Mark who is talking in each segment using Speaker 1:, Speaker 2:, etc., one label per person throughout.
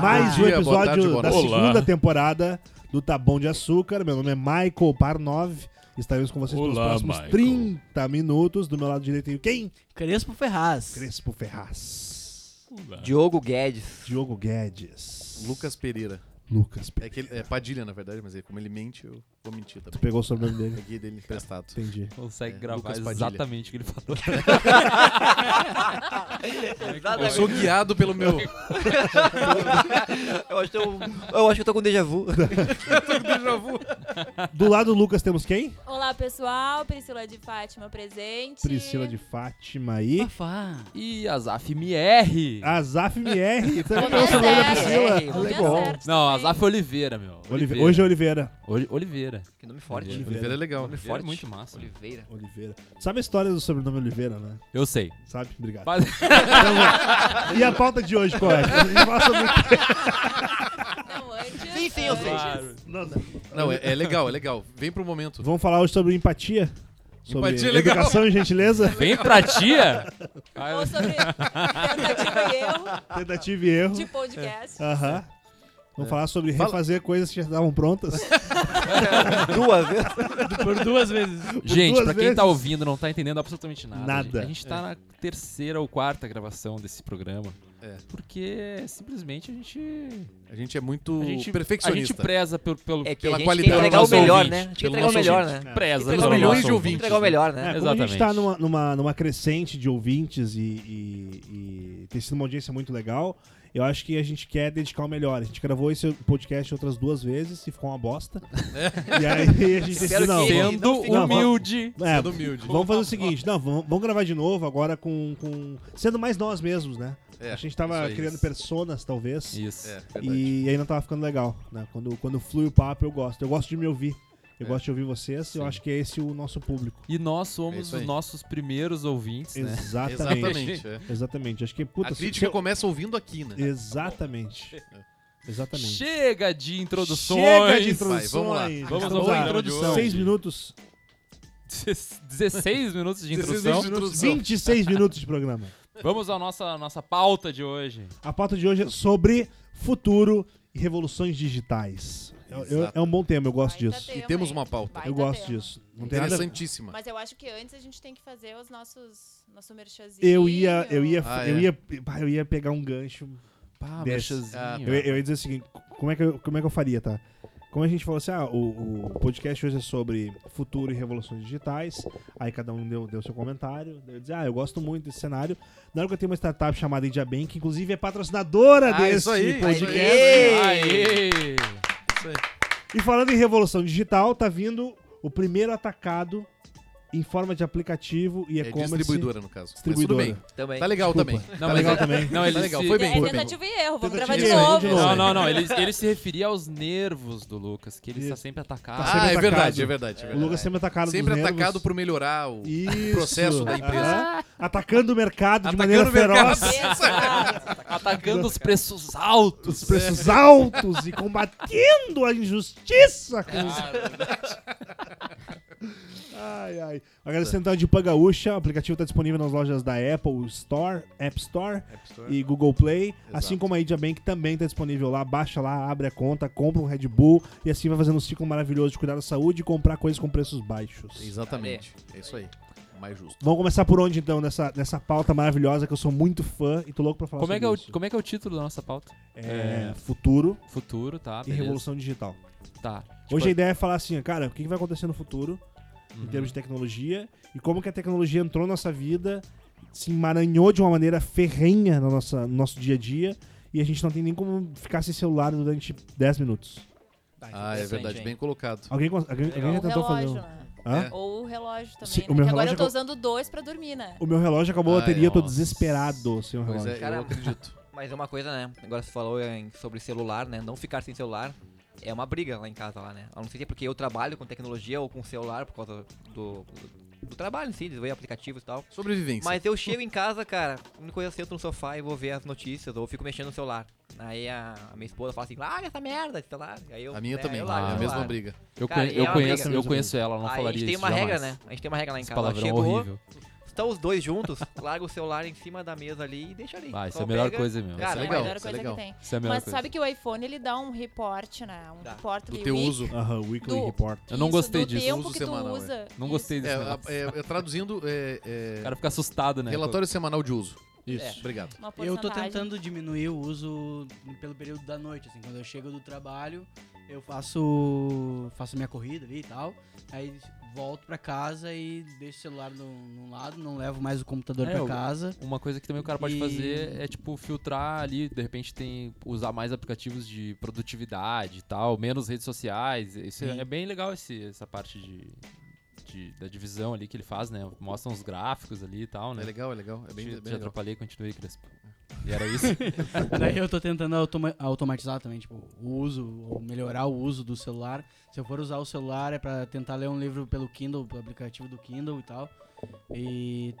Speaker 1: mais um
Speaker 2: dia, boa tarde,
Speaker 1: episódio
Speaker 2: boa
Speaker 1: da
Speaker 2: noite.
Speaker 1: segunda
Speaker 3: Olá.
Speaker 1: temporada do Tá Bom de Açúcar. Meu nome é Michael Parnov. Estaremos com vocês pelos
Speaker 3: Olá,
Speaker 1: próximos
Speaker 3: Michael.
Speaker 1: 30 minutos. Do meu lado direito tem quem?
Speaker 4: Crespo Ferraz.
Speaker 1: Crespo Ferraz.
Speaker 5: Diogo Guedes.
Speaker 1: Diogo Guedes.
Speaker 2: Lucas Pereira.
Speaker 1: Lucas
Speaker 2: É,
Speaker 1: Pe-
Speaker 2: que ele- é Padilha, na verdade, mas aí, como ele mente, eu vou mentir
Speaker 1: Tu
Speaker 2: também.
Speaker 1: pegou o sobrenome dele.
Speaker 2: Peguei dele emprestado.
Speaker 1: Entendi.
Speaker 6: Consegue
Speaker 2: É,
Speaker 6: gravar
Speaker 2: Lucas Padilha.
Speaker 6: exatamente o que ele falou.
Speaker 2: Eu sou guiado pelo meu.
Speaker 5: Eu acho que eu, eu acho que eu tô com déjà vu.
Speaker 1: Do lado do Lucas temos quem?
Speaker 7: Olá, pessoal. Priscila de Fátima presente.
Speaker 1: Priscila de Fátima e
Speaker 4: Fafá.
Speaker 6: E Azaf MR.
Speaker 1: Ah, Azaf Mier. Também
Speaker 7: Não
Speaker 1: pegou o sobrenome da
Speaker 7: acerta,
Speaker 1: Priscila.
Speaker 7: não
Speaker 1: Legal.
Speaker 7: acerta
Speaker 6: Não,
Speaker 7: também.
Speaker 6: Azaf Oliveira, meu.
Speaker 1: Olive- Hoje é Oliveira.
Speaker 6: Oli- Oliveira.
Speaker 5: Que nome forte.
Speaker 6: Oliveira.
Speaker 2: Oliveira é legal.
Speaker 5: Nome
Speaker 6: Oliveira
Speaker 5: forte.
Speaker 6: é muito massa.
Speaker 5: Oliveira.
Speaker 1: Oliveira. Sabe a história do sobrenome Oliveira, né?
Speaker 6: Eu sei.
Speaker 1: Sabe? Obrigado. Então,
Speaker 6: Mas
Speaker 1: E a pauta de hoje, qual é? A gente fala sobre-
Speaker 7: Não, antes. é,
Speaker 5: Sim, sim, eu sei.
Speaker 7: antes.
Speaker 1: Não, não.
Speaker 2: Não, é, é legal, é legal. Vem pro momento.
Speaker 1: Vamos falar hoje sobre empatia. Sobre
Speaker 2: Empatia é legal.
Speaker 1: educação e gentileza.
Speaker 6: vem pra tia.
Speaker 1: Ah,
Speaker 7: Ou sobre tentativa e erro
Speaker 1: Tentativa e erro.
Speaker 7: de podcast.
Speaker 1: Aham. Vamos falar sobre
Speaker 2: Fala.
Speaker 1: refazer coisas que já estavam prontas.
Speaker 5: Duas vezes.
Speaker 4: Por duas vezes.
Speaker 6: Gente,
Speaker 1: duas
Speaker 6: pra quem
Speaker 1: vezes.
Speaker 6: tá ouvindo e não tá entendendo absolutamente nada.
Speaker 1: Nada.
Speaker 6: gente, A gente tá na terceira ou quarta gravação desse programa.
Speaker 2: É.
Speaker 6: Porque simplesmente a gente.
Speaker 2: A gente é muito
Speaker 6: A gente, a gente
Speaker 2: perfeccionista.
Speaker 6: preza pelo. pelo
Speaker 5: É que
Speaker 2: Pela
Speaker 5: a gente tem que
Speaker 2: qualidade
Speaker 5: entregar o
Speaker 2: dos
Speaker 5: melhor,
Speaker 6: ouvintes,
Speaker 5: né? A gente tem que
Speaker 6: pelo
Speaker 5: entregar o
Speaker 6: nosso
Speaker 5: melhor,
Speaker 6: ouvinte.
Speaker 5: né?
Speaker 6: preza
Speaker 5: Tem que
Speaker 6: pelo
Speaker 5: entregar o
Speaker 2: de
Speaker 5: melhor.
Speaker 6: nosso
Speaker 5: Tem que
Speaker 2: ouvintes,
Speaker 6: ouvinte.
Speaker 5: entregar o melhor, né?
Speaker 1: É, como a gente
Speaker 6: Exatamente.
Speaker 1: está numa, numa, numa crescente de ouvintes e, e- e tem sido uma audiência muito legal, eu acho que a gente quer dedicar o melhor. A gente gravou esse podcast outras duas vezes e ficou uma bosta. E aí a gente decidiu,
Speaker 5: Espero
Speaker 1: não,
Speaker 5: que-
Speaker 1: vamos,
Speaker 6: Sendo
Speaker 1: Não, vamos-
Speaker 6: humilde.
Speaker 1: é,
Speaker 2: Sendo humilde.
Speaker 1: vamos fazer o seguinte, não, vamos, vamos gravar de novo agora com, com... Sendo mais nós mesmos, né?
Speaker 2: É,
Speaker 1: a gente tava
Speaker 2: isso aí.
Speaker 1: criando personas, talvez.
Speaker 6: Isso.
Speaker 2: É, verdade.
Speaker 1: E aí não tava ficando legal, né? Quando, quando flui o papo, eu gosto. Eu gosto de me ouvir. Eu
Speaker 2: É.
Speaker 1: gosto de ouvir vocês. Eu
Speaker 6: Sim.
Speaker 1: acho que é esse o nosso público.
Speaker 6: E nós
Speaker 2: É
Speaker 6: somos
Speaker 2: isso aí.
Speaker 6: os nossos primeiros ouvintes, né?
Speaker 1: Exatamente.
Speaker 2: Exatamente. é.
Speaker 1: Exatamente. Acho que,
Speaker 2: A
Speaker 1: puta... se- se
Speaker 2: crítica
Speaker 1: eu-
Speaker 2: começa ouvindo aqui, né?
Speaker 1: Exatamente. Exatamente.
Speaker 6: Chega de introduções.
Speaker 1: Chega de
Speaker 2: Vai,
Speaker 1: introduções.
Speaker 2: vamos lá.
Speaker 6: Vamos
Speaker 1: Estamos
Speaker 6: ao
Speaker 1: a
Speaker 6: programa de hoje.
Speaker 1: Seis minutos.
Speaker 6: 16 minutos de
Speaker 2: 16 minutos
Speaker 6: introdução.
Speaker 2: de introdução.
Speaker 1: 26 minutos de programa.
Speaker 6: Vamos à nossa, nossa pauta de hoje.
Speaker 1: A pauta de hoje é sobre futuro e revoluções digitais. É- é-
Speaker 2: Exato.
Speaker 1: é um bom tema, eu gosto
Speaker 7: Baita
Speaker 1: disso.
Speaker 7: tema,
Speaker 2: E temos
Speaker 7: hein?
Speaker 2: uma pauta.
Speaker 7: Baita
Speaker 1: Eu gosto
Speaker 7: tema.
Speaker 1: disso. Não tem nada...
Speaker 2: Interessantíssima.
Speaker 7: Mas eu acho que antes a gente tem que fazer os nossos nosso merchazinho.
Speaker 1: Eu ia, eu ia,
Speaker 2: Ah,
Speaker 1: eu
Speaker 2: é.
Speaker 1: ia, pá, eu ia pegar um gancho.
Speaker 6: Pá,
Speaker 1: Desce.
Speaker 6: merchanzinho.
Speaker 2: Ah,
Speaker 1: Eu, eu ia dizer o seguinte, como é que eu, como é que eu faria, tá? Como a gente falou assim, ah, o, o podcast hoje é sobre futuro e revoluções digitais. Aí cada um deu, deu seu comentário. daí Eu dizia, ah, eu gosto muito desse cenário. Na hora que eu tenho uma startup chamada Indiabank, que inclusive é patrocinadora
Speaker 2: Ah,
Speaker 1: desse
Speaker 2: isso aí,
Speaker 1: podcast.
Speaker 2: isso aí.
Speaker 6: Aê!
Speaker 2: Isso aí.
Speaker 1: E falando em revolução digital, tá vindo o primeiro atacado em forma de aplicativo e
Speaker 2: É
Speaker 1: e-commerce.
Speaker 2: distribuidora, no caso. Mas
Speaker 1: Distribuidora.
Speaker 2: tudo
Speaker 6: É.
Speaker 5: Também.
Speaker 2: bem. Tá legal
Speaker 1: Desculpa.
Speaker 2: também.
Speaker 6: Não,
Speaker 2: tá
Speaker 6: mas
Speaker 2: legal
Speaker 6: é-
Speaker 1: também.
Speaker 6: Não, ele
Speaker 2: Tá legal,
Speaker 6: se-
Speaker 2: foi
Speaker 7: É,
Speaker 2: bem, foi bem.
Speaker 7: tentativa e erro, vamos
Speaker 1: Tentativa
Speaker 7: gravar de
Speaker 1: e erro, hein, de
Speaker 7: novo.
Speaker 1: novo.
Speaker 6: Não, não, não. Ele, ele se referia aos nervos do Lucas, que ele está sempre atacado.
Speaker 1: Tá sempre
Speaker 2: Ah, é
Speaker 1: atacado.
Speaker 2: verdade, é verdade. é
Speaker 1: O Lucas
Speaker 2: verdade.
Speaker 1: sempre atacado
Speaker 2: Sempre
Speaker 1: dos nervos.
Speaker 2: atacado por melhorar o
Speaker 1: Isso.
Speaker 2: processo da empresa.
Speaker 1: Aham. Atacando o mercado de
Speaker 2: Atacando
Speaker 1: maneira
Speaker 2: o mercado.
Speaker 1: feroz.
Speaker 7: Exato.
Speaker 6: Ah, tá Atacando os preços altos.
Speaker 1: Os preços altos e combatendo a injustiça com os... Ai, ai. Agradecendo então a Dipan Gaúcha. O aplicativo está disponível nas lojas da Apple Store, App Store
Speaker 2: App Store.
Speaker 1: e Google Play.
Speaker 2: Exato.
Speaker 1: Assim como a Idia Bank também está disponível lá. Baixa lá, abre a conta, compra um Red Bull e assim vai fazendo um ciclo maravilhoso de cuidar da saúde e comprar coisas com preços baixos.
Speaker 2: Exatamente. É isso aí. Mais justo.
Speaker 1: Vamos começar por onde então, nessa, nessa pauta maravilhosa que eu sou muito fã e tô louco pra falar
Speaker 6: Como é, que é
Speaker 1: sobre
Speaker 6: o,
Speaker 1: isso.
Speaker 6: como é que é o título da nossa pauta?
Speaker 1: É,
Speaker 6: É.
Speaker 1: futuro
Speaker 6: Futuro, tá?
Speaker 1: e
Speaker 6: beleza.
Speaker 1: revolução digital.
Speaker 6: Tá.
Speaker 1: Hoje a
Speaker 6: Tipo,
Speaker 1: ideia é falar assim, cara, o que que vai acontecer no futuro em termos de tecnologia e como que a tecnologia entrou na nossa vida, se emaranhou de uma maneira ferrenha na nossa, no nosso dia a dia e a gente não tem nem como ficar sem celular durante 10 minutos.
Speaker 2: Ah, é verdade. Bem colocado.
Speaker 1: Alguém, cons- alguém, alguém já
Speaker 7: O
Speaker 1: tentou fazer
Speaker 7: relógio,
Speaker 1: um...
Speaker 7: né?
Speaker 1: Hã?
Speaker 7: Ou o relógio também.
Speaker 1: Sim,
Speaker 7: né?
Speaker 1: o meu
Speaker 7: que agora
Speaker 1: relógio é
Speaker 7: eu tô
Speaker 1: acabou-
Speaker 7: usando dois pra dormir,
Speaker 2: Ah,
Speaker 7: né?
Speaker 1: O meu relógio acabou a bateria, eu tô
Speaker 6: nossa.
Speaker 1: desesperado sem o
Speaker 2: Pois
Speaker 1: relógio.
Speaker 2: é, eu
Speaker 5: Caramba.
Speaker 2: acredito.
Speaker 5: Mas é uma coisa, né? Agora você falou em- sobre celular, né? Não ficar sem celular. É uma briga lá em casa, lá, né? Eu não sei se é porque eu trabalho com tecnologia ou com celular por causa do, do, do trabalho em si, desenvolver aplicativos e tal.
Speaker 2: Sobrevivência.
Speaker 5: Mas eu chego em casa, cara, a única coisa é eu sento no sofá e vou ver as notícias ou fico mexendo no celular. Aí a, a minha esposa fala assim, larga essa merda de celular. Aí eu,
Speaker 2: A minha
Speaker 5: né,
Speaker 2: também.
Speaker 5: eu
Speaker 2: É
Speaker 5: largo
Speaker 2: a
Speaker 5: o
Speaker 2: mesma
Speaker 5: celular.
Speaker 2: briga.
Speaker 6: Eu,
Speaker 5: Cara,
Speaker 6: conhe- eu
Speaker 5: é uma
Speaker 6: conheço,
Speaker 1: briga.
Speaker 6: eu conheço ela, não
Speaker 5: Aí a
Speaker 6: falaria
Speaker 5: gente tem
Speaker 6: isso
Speaker 5: uma regra,
Speaker 6: jamais.
Speaker 5: né? A gente tem uma regra lá em
Speaker 6: Esse
Speaker 5: casa. Ela
Speaker 6: palavrão
Speaker 5: chegou,
Speaker 6: horrível.
Speaker 5: estão os dois juntos, larga o celular em cima da mesa ali e deixa ali.
Speaker 6: Ah, isso
Speaker 5: Só
Speaker 6: é a melhor
Speaker 5: pega-
Speaker 6: coisa mesmo.
Speaker 2: é
Speaker 5: Cara,
Speaker 7: a
Speaker 2: legal,
Speaker 7: melhor
Speaker 2: isso é
Speaker 7: coisa
Speaker 2: legal.
Speaker 7: que tem.
Speaker 6: Isso é a melhor
Speaker 7: Mas
Speaker 6: coisa.
Speaker 7: sabe que o iPhone ele dá um report, né? Um
Speaker 5: Dá.
Speaker 7: report
Speaker 2: Do teu uso.
Speaker 1: Aham, Weekly
Speaker 7: Do-
Speaker 1: Report.
Speaker 6: Eu não gostei
Speaker 7: do
Speaker 6: disso.
Speaker 7: Tempo
Speaker 2: Uso
Speaker 7: que tu
Speaker 2: semanal, é.
Speaker 7: usa.
Speaker 6: Não
Speaker 7: Isso.
Speaker 6: gostei
Speaker 2: É,
Speaker 6: desse
Speaker 1: né?
Speaker 6: negócio.
Speaker 2: é, é, traduzindo, é, é,
Speaker 6: O cara fica assustado, né?
Speaker 2: relatório semanal de uso.
Speaker 1: Isso.
Speaker 2: Obrigado.
Speaker 7: Uma
Speaker 4: Eu tô
Speaker 7: porcentagem.
Speaker 4: tentando diminuir o uso pelo período da noite, assim, quando eu chego do trabalho, eu faço faço minha corrida ali e tal, aí volto pra casa e deixo o celular num num lado, não levo mais o computador
Speaker 6: É,
Speaker 4: pra
Speaker 6: eu-
Speaker 4: casa.
Speaker 6: Uma coisa que também o cara pode
Speaker 4: E-
Speaker 6: fazer é, tipo, filtrar ali, de repente tem usar mais aplicativos de produtividade e tal, menos redes sociais. Isso é,
Speaker 4: Sim.
Speaker 6: é bem legal esse, essa parte de, de- da divisão ali que ele faz, né? Mostra uns gráficos ali e tal, né?
Speaker 2: É legal, é legal. É bem,
Speaker 6: Te,
Speaker 2: é
Speaker 6: te
Speaker 2: bem legal.
Speaker 6: atrapalhei, continuei, Crespo. E era isso.
Speaker 4: Daí eu tô tentando automa- automatizar também, tipo, o uso, ou melhorar o uso do celular. Se eu for usar o celular é pra tentar ler um livro pelo Kindle, pelo aplicativo do Kindle e tal. E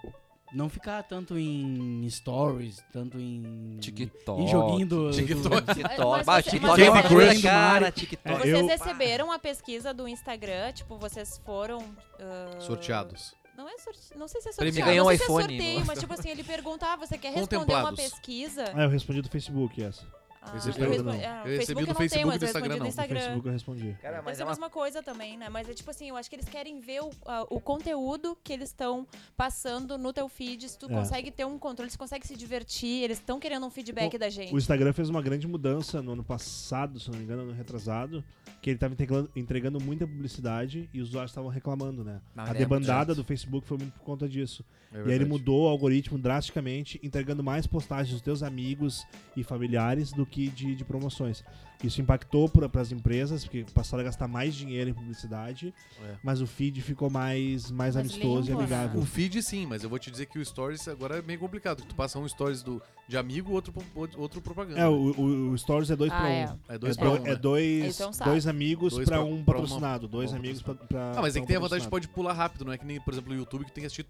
Speaker 4: não ficar tanto em stories, tanto em
Speaker 6: TikTok.
Speaker 4: Em joguinho do.
Speaker 2: TikTok.
Speaker 4: do-
Speaker 5: TikTok.
Speaker 7: Mas
Speaker 5: Bah,
Speaker 7: você-
Speaker 5: TikTok
Speaker 7: mas
Speaker 5: é uma
Speaker 1: você-
Speaker 5: coisa,
Speaker 1: Candy
Speaker 5: cara,
Speaker 1: É,
Speaker 5: TikTok.
Speaker 7: Vocês
Speaker 1: eu-
Speaker 7: receberam a pesquisa do Instagram? Tipo, vocês foram. ah,
Speaker 2: Sorteados.
Speaker 7: Não é sorte... Não sei se é
Speaker 5: Prêmio
Speaker 7: sorteio.
Speaker 5: ganhou
Speaker 7: não
Speaker 5: um
Speaker 7: sei se é
Speaker 5: iPhone,
Speaker 7: sorteio,
Speaker 5: não.
Speaker 7: mas tipo assim, ele pergunta: ah, você quer responder uma
Speaker 2: Contemplados.
Speaker 7: pesquisa?
Speaker 1: Ah, eu respondi do Facebook essa.
Speaker 7: Ah,
Speaker 2: recebi
Speaker 1: no-
Speaker 7: respo-
Speaker 1: não.
Speaker 7: ah,
Speaker 2: Eu recebi
Speaker 7: Facebook
Speaker 2: do
Speaker 7: eu não
Speaker 2: Facebook,
Speaker 7: tenho, mas
Speaker 2: do
Speaker 7: eu respondi
Speaker 2: Instagram
Speaker 7: no
Speaker 2: não. Do
Speaker 1: No
Speaker 7: Instagram.
Speaker 1: Facebook eu respondi.
Speaker 5: Cara,
Speaker 7: Deve
Speaker 5: mas é
Speaker 7: ser a
Speaker 5: uma
Speaker 7: mesma coisa também, né? Mas é tipo assim, eu acho que eles querem ver o, a- o conteúdo que eles estão passando no teu feed, se tu
Speaker 1: É.
Speaker 7: consegue ter um controle, se tu consegue se divertir, eles estão querendo um feedback da gente.
Speaker 1: O Instagram fez uma grande mudança no ano passado, se não me engano, ano retrasado, que ele tava entregando, entregando muita publicidade e os usuários estavam reclamando, né?
Speaker 5: Não,
Speaker 1: a
Speaker 5: né?
Speaker 1: debandada do Facebook foi muito por conta disso.
Speaker 2: É
Speaker 1: e aí ele
Speaker 2: verdade.
Speaker 1: mudou o algoritmo drasticamente, entregando mais postagens dos teus amigos e familiares do que de, de promoções. Isso impactou para as empresas, porque passaram a gastar mais dinheiro em publicidade,
Speaker 2: É.
Speaker 1: mas o feed ficou mais, mais
Speaker 7: Mais
Speaker 1: amistoso
Speaker 7: limpo,
Speaker 1: e
Speaker 7: né?
Speaker 1: amigável.
Speaker 2: O feed sim, mas eu vou te dizer que o Stories agora é meio complicado. que Tu passa um Stories do, de amigo, outro, pro- outro propaganda.
Speaker 1: É, o, o, o Stories é 2
Speaker 7: Ah,
Speaker 1: para 1.
Speaker 7: é.
Speaker 1: Um.
Speaker 2: É dois
Speaker 1: é,
Speaker 2: pra
Speaker 1: do-
Speaker 2: um,
Speaker 1: é
Speaker 2: né?
Speaker 1: dois,
Speaker 7: Esse é um saco.
Speaker 1: dois amigos
Speaker 2: Dois
Speaker 1: pra
Speaker 2: pra-
Speaker 1: um
Speaker 2: pra uma-
Speaker 1: patrocinado. dois
Speaker 2: pra um
Speaker 1: amigos pra, pra.
Speaker 2: Ah, mas
Speaker 1: pra
Speaker 2: é que
Speaker 1: um
Speaker 2: tem a vantagem
Speaker 1: patrocinado.
Speaker 2: que pode pular rápido, não é que nem, por exemplo, o YouTube que tem que assistir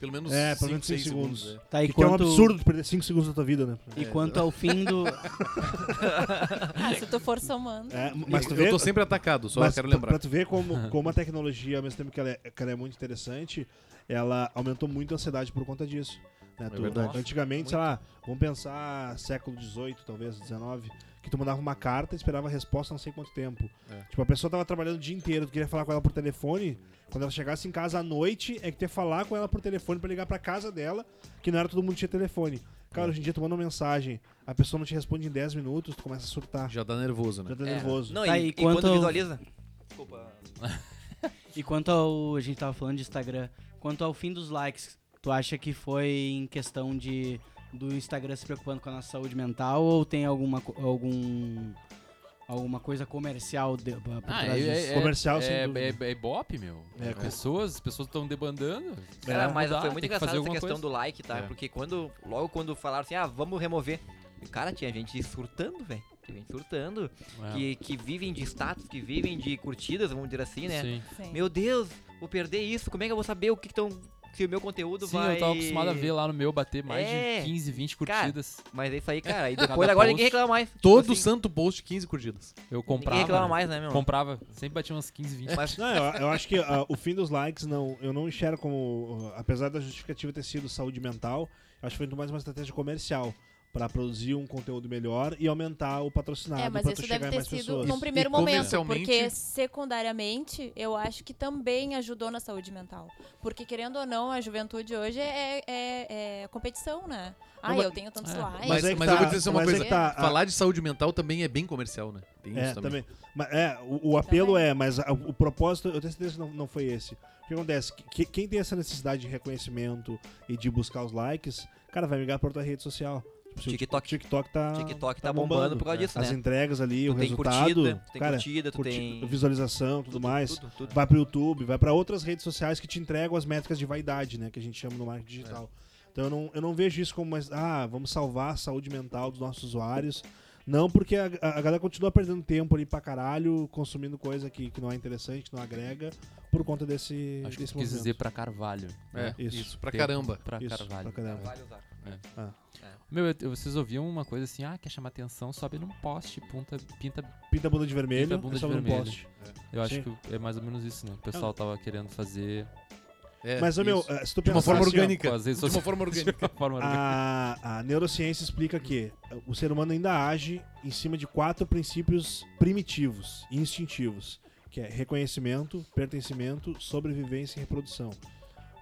Speaker 2: pelo menos
Speaker 1: É,
Speaker 2: 5,
Speaker 1: pelo menos cinco
Speaker 2: 6
Speaker 1: segundos.
Speaker 2: segundos. né?
Speaker 4: Tá, e
Speaker 1: Que é um
Speaker 4: quanto-
Speaker 1: absurdo tu perder 5 segundos da tua vida, né?
Speaker 4: E quanto ao fim do.
Speaker 7: Ah, se tu for somando.
Speaker 1: É,
Speaker 2: é.
Speaker 1: mas tu
Speaker 2: eu
Speaker 1: vê,
Speaker 2: tô sempre atacado, só
Speaker 1: mas
Speaker 2: quero
Speaker 1: pra-
Speaker 2: lembrar.
Speaker 1: Pra tu ver como, como a tecnologia, ao mesmo tempo que ela, é, que ela é muito interessante, ela aumentou muito a ansiedade por conta disso. né? Tu-
Speaker 2: verdade.
Speaker 1: antigamente, sei lá, vamos pensar século XVIII, talvez, XIX, que tu mandava uma carta e esperava a resposta não sei quanto tempo.
Speaker 2: É.
Speaker 1: Tipo, a pessoa tava trabalhando o dia inteiro, tu queria falar com ela por telefone, quando ela chegasse em casa à noite, é que tu ia falar com ela por telefone pra ligar pra casa dela, que não era todo mundo que tinha telefone. Cara, hoje em dia tu manda uma mensagem, a pessoa não te responde em 10 minutos, tu começa a surtar.
Speaker 2: Já dá nervoso, né?
Speaker 1: Já tá
Speaker 5: É.
Speaker 1: nervoso.
Speaker 5: Não,
Speaker 4: Tá,
Speaker 5: e,
Speaker 4: e
Speaker 5: e quando
Speaker 4: quanto-
Speaker 5: visualiza? Desculpa.
Speaker 4: E quanto ao. A gente tava falando de Instagram. Quanto ao fim dos likes, tu acha que foi em questão de do Instagram se preocupando com a nossa saúde mental ou tem alguma co- algum alguma coisa comercial de, por
Speaker 6: Ah,
Speaker 4: trás
Speaker 6: é-
Speaker 4: disso?
Speaker 6: é-
Speaker 1: Comercial,
Speaker 6: é,
Speaker 1: sem
Speaker 6: é,
Speaker 1: dúvida.
Speaker 6: é ibope, meu.
Speaker 1: É,
Speaker 6: As
Speaker 1: com-
Speaker 6: pessoas, as pessoas estão debandando. É.
Speaker 5: Cara,
Speaker 6: Tem que
Speaker 5: mas
Speaker 6: mudar, tem que
Speaker 5: foi muito
Speaker 6: fazer
Speaker 5: engraçada essa
Speaker 6: alguma
Speaker 5: questão
Speaker 6: coisa.
Speaker 5: do like, tá?
Speaker 2: É.
Speaker 5: Porque quando. Logo quando falaram assim, ah, vamos remover. Cara, tinha gente surtando, velho. Tinha gente surtando.
Speaker 6: É.
Speaker 5: Que, que vivem de status, que vivem de curtidas, vamos dizer assim, né?
Speaker 6: Sim.
Speaker 7: Sim.
Speaker 5: Meu Deus, vou perder isso. Como é que eu vou saber o que estão. Se o meu conteúdo
Speaker 6: Sim,
Speaker 5: vai.
Speaker 6: eu tava acostumado a ver lá no meu bater mais
Speaker 5: É.
Speaker 6: de 15, 20 curtidas.
Speaker 5: Mas é isso aí, cara. E
Speaker 6: Cada
Speaker 5: depois agora ninguém
Speaker 6: post.
Speaker 5: reclama mais. Tipo
Speaker 2: Todo
Speaker 5: assim,
Speaker 2: santo post, 15 curtidas.
Speaker 6: Eu
Speaker 5: Ninguém
Speaker 6: comprava.
Speaker 5: reclama
Speaker 6: né?
Speaker 5: mais, né, meu?
Speaker 6: Comprava. Sempre batia umas 15, 20.
Speaker 5: Mas
Speaker 1: Não, eu, eu acho que ah, o fim dos likes, não, eu não enxergo como. ah, apesar da justificativa ter sido saúde mental, eu acho que foi muito mais uma estratégia comercial pra produzir um conteúdo melhor e aumentar o patrocinado
Speaker 7: É, mas
Speaker 1: pra tu
Speaker 7: isso
Speaker 1: chegar
Speaker 7: deve
Speaker 1: em
Speaker 7: ter
Speaker 1: mais
Speaker 7: sido
Speaker 1: pessoas.
Speaker 7: num primeiro
Speaker 2: e
Speaker 7: momento,
Speaker 2: comercialmente-
Speaker 7: porque secundariamente eu acho que também ajudou na saúde mental. Porque querendo ou não, a juventude hoje é, é- é competição, né? Ah,
Speaker 1: mas-
Speaker 7: eu tenho tantos
Speaker 6: é,
Speaker 7: likes.
Speaker 2: mas-
Speaker 1: aí que
Speaker 2: mas eu vou dizer só uma
Speaker 1: mas aí
Speaker 7: coisa.
Speaker 1: que tá, a-
Speaker 2: Falar de saúde mental também é bem comercial, né? Tem
Speaker 1: É,
Speaker 2: isso também.
Speaker 1: também. Mas, é, o, o apelo
Speaker 7: Também.
Speaker 1: é, mas a- o propósito, eu tenho certeza que não, não foi esse. O que acontece? Que- que- quem tem essa necessidade de reconhecimento e de buscar os likes, cara, vai migrar pra outra rede social. Tipo, se o
Speaker 5: TikTok.
Speaker 1: TikTok tá.
Speaker 5: TikTok tá bombando por causa disso,
Speaker 1: As
Speaker 5: né?
Speaker 1: entregas ali,
Speaker 5: Tu
Speaker 1: o
Speaker 5: tem
Speaker 1: resultado.
Speaker 5: curtida, tu tem
Speaker 1: cara,
Speaker 5: curtida, tu
Speaker 1: curti-
Speaker 5: tem.
Speaker 1: visualização, tudo, mais.
Speaker 5: Tudo, tudo.
Speaker 1: Vai pro YouTube, vai pra outras redes sociais que te entregam as métricas de vaidade, né? Que a gente chama no marketing digital. Então eu não, eu não vejo isso como mais, ah, vamos salvar a saúde mental dos nossos usuários. Não, porque a, a- a galera continua perdendo tempo ali pra caralho, consumindo coisa que, que não é interessante, que não agrega, por conta desse,
Speaker 6: É, Acho que
Speaker 1: desse
Speaker 6: tu quis
Speaker 1: movimento.
Speaker 6: dizer pra Carvalho. né?
Speaker 2: É,
Speaker 1: Isso.
Speaker 2: isso. pra
Speaker 6: Tempo
Speaker 2: caramba.
Speaker 6: Pra
Speaker 1: Isso,
Speaker 6: Carvalho.
Speaker 1: pra caramba.
Speaker 5: Vale usar.
Speaker 6: Meu, eu- eu- vocês ouviam uma coisa assim, ah, quer chamar atenção, sobe num poste, punta, pinta.
Speaker 1: Pinta a bunda de vermelho,
Speaker 6: Pinta a bunda
Speaker 1: é só
Speaker 6: de
Speaker 1: no
Speaker 6: vermelho.
Speaker 1: poste.
Speaker 6: Eu acho
Speaker 1: Sim.
Speaker 6: que é mais ou menos isso, né? O pessoal tava querendo fazer
Speaker 2: É,
Speaker 1: Mas, ô, meu,
Speaker 2: isso.
Speaker 1: eh, se tu
Speaker 2: de
Speaker 1: pensar
Speaker 2: uma forma
Speaker 1: assim, ó,
Speaker 2: orgânica.
Speaker 6: com as redes
Speaker 2: de uma
Speaker 6: sociais.
Speaker 2: forma orgânica.
Speaker 6: forma né? orgânica.
Speaker 1: a, a neurociência explica que o ser humano ainda age em cima de quatro princípios primitivos e instintivos, que é reconhecimento, pertencimento, sobrevivência e reprodução.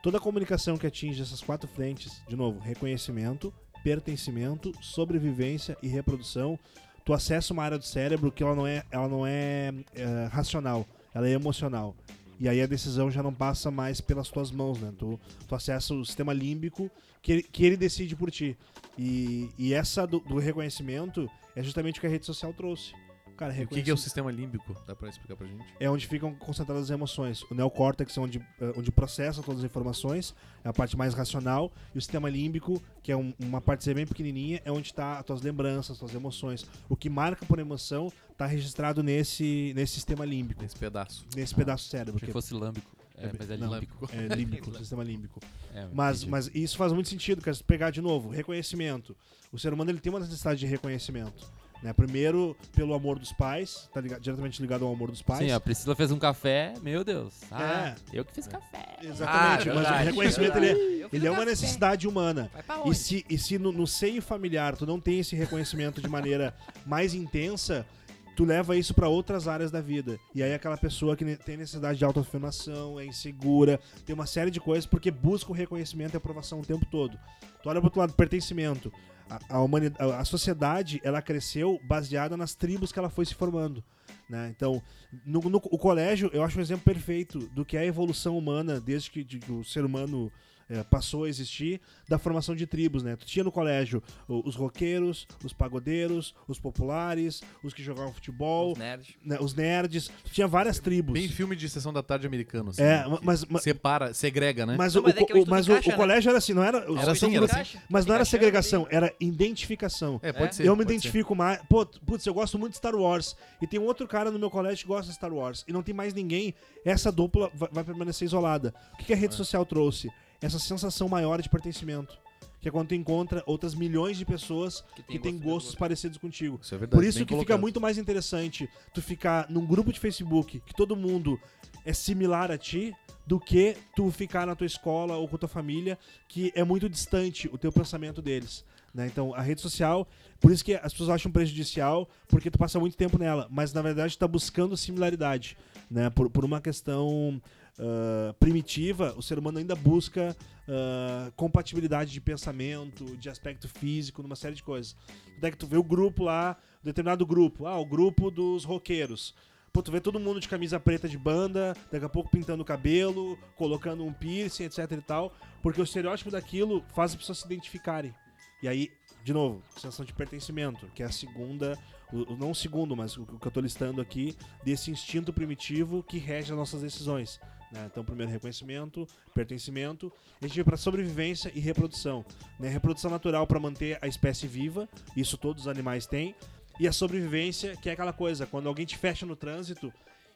Speaker 1: Toda comunicação que atinge essas quatro frentes, de novo, reconhecimento, pertencimento, sobrevivência e reprodução, tu acessa uma área do cérebro que ela não é, ela não é eh, racional, ela é emocional. E aí a decisão já não passa mais pelas tuas mãos, né? Tu, tu acessa o sistema límbico que ele, que ele decide por ti. E, e essa do, do reconhecimento é justamente o que a rede social trouxe. Cara,
Speaker 2: E o que, que é o
Speaker 1: reconhecimento
Speaker 2: sistema límbico? Dá pra explicar pra gente?
Speaker 1: é onde ficam concentradas as emoções. O neocórtex é onde, eh, onde processa todas as informações, é a parte mais racional. E o sistema límbico, que é um- uma partezinha bem pequenininha, é onde tá as tuas lembranças, as tuas emoções. O que marca por emoção tá registrado nesse, nesse sistema límbico,
Speaker 2: Nesse pedaço.
Speaker 1: nesse
Speaker 6: Ah,
Speaker 1: pedaço do cérebro.
Speaker 6: Achei
Speaker 1: Que
Speaker 6: que fosse lâmbico. É,
Speaker 1: É,
Speaker 6: mas é
Speaker 1: não.
Speaker 6: límbico.
Speaker 1: é límbico, sistema límbico.
Speaker 6: É,
Speaker 1: Mas,
Speaker 6: entendi.
Speaker 1: mas isso faz muito sentido, cara. Se pegar de novo, reconhecimento. O ser humano ele tem uma necessidade de reconhecimento. Né? Primeiro, pelo amor dos pais, tá ligado, diretamente ligado ao amor dos pais.
Speaker 6: Sim, a Priscila fez um café, meu Deus. Ah, eu que fiz café.
Speaker 1: Exatamente,
Speaker 5: Ah,
Speaker 1: mas
Speaker 5: verdade,
Speaker 1: o reconhecimento ele é,
Speaker 5: verdade. Eu fiz
Speaker 1: ele é
Speaker 5: um
Speaker 1: uma
Speaker 5: café.
Speaker 1: necessidade humana.
Speaker 5: Vai pra
Speaker 1: E
Speaker 5: onde?
Speaker 1: se, e se no, no seio familiar tu não tem esse reconhecimento de maneira mais intensa, tu leva isso pra outras áreas da vida. E aí aquela pessoa que ne- tem necessidade de autoafirmação, é insegura, tem uma série de coisas porque busca o reconhecimento e aprovação o tempo todo. Tu olha pro outro lado, pertencimento. A, a, humani- a- a sociedade, ela cresceu baseada nas tribos que ela foi se formando. Né? Então, no, no- o colégio, eu acho um exemplo perfeito do que é a evolução humana desde que, de- que o ser humano eh, passou a existir, da formação de tribos, né? Tu tinha no colégio o- os roqueiros, os pagodeiros, os populares, os que jogavam futebol,
Speaker 5: Os nerds.
Speaker 1: né, os nerds. Tu tinha várias tribos.
Speaker 2: É Bem filme de sessão da tarde americano. assim,
Speaker 1: É,
Speaker 2: né?
Speaker 1: ma- mas- ma-
Speaker 2: Separa, segrega, né?
Speaker 1: Mas
Speaker 5: Não,
Speaker 1: o-
Speaker 5: mas é que
Speaker 1: o-
Speaker 5: hoje
Speaker 1: o-
Speaker 5: tudo
Speaker 1: mas o-
Speaker 5: encaixa,
Speaker 1: o
Speaker 5: né?
Speaker 1: colégio era assim, não era. os-
Speaker 2: Era
Speaker 1: os-
Speaker 5: um
Speaker 2: assim,
Speaker 1: os-
Speaker 2: era
Speaker 1: assim. Mas não era
Speaker 5: Encaixando,
Speaker 1: segregação, era identificação.
Speaker 2: É, pode
Speaker 5: É.
Speaker 2: ser.
Speaker 1: eu me
Speaker 2: pode
Speaker 1: identifico mais. Pô, putz, eu gosto muito de Star Wars. E tem um outro cara no meu colégio que gosta de Star Wars. E não tem mais ninguém. Essa dupla va- vai, permanecer isolada. O que, que a
Speaker 2: É.
Speaker 1: rede social trouxe? Essa sensação maior de pertencimento. Que é quando tu encontra outras milhões de pessoas
Speaker 5: Que tem
Speaker 1: que têm
Speaker 5: gosto né?
Speaker 1: gostos
Speaker 5: mesmo.
Speaker 1: parecidos contigo.
Speaker 2: ser. Isso é verdade.
Speaker 1: Por isso
Speaker 2: bem
Speaker 1: que fica
Speaker 2: colocado.
Speaker 1: muito mais interessante tu ficar num grupo de Facebook que todo mundo é similar a ti do que tu ficar na tua escola ou com tua família que é muito distante o teu pensamento deles. Né? Então, a rede social, por isso que as pessoas acham prejudicial, porque tu passa muito tempo nela, mas na verdade tu tá buscando similaridade. Né? Por, por uma questão ah, primitiva, o ser humano ainda busca ah, compatibilidade de pensamento, de aspecto físico, numa série de coisas. Até que tu vê o grupo lá, determinado grupo. Ah, o grupo dos roqueiros. Pô, tu vê todo mundo de camisa preta de banda, daqui a pouco pintando o cabelo, colocando um piercing, etc e tal. Porque o estereótipo daquilo faz as pessoas se identificarem. E aí, de novo, sensação de pertencimento, que é a segunda, o- o- não o segundo, mas o o que eu tô listando aqui, desse instinto primitivo que rege as nossas decisões. né? Então, primeiro, reconhecimento, pertencimento. E a gente vem para sobrevivência e reprodução. né? Reprodução natural para manter a espécie viva, isso todos os animais têm. E a sobrevivência, que é aquela coisa, quando alguém te fecha no trânsito,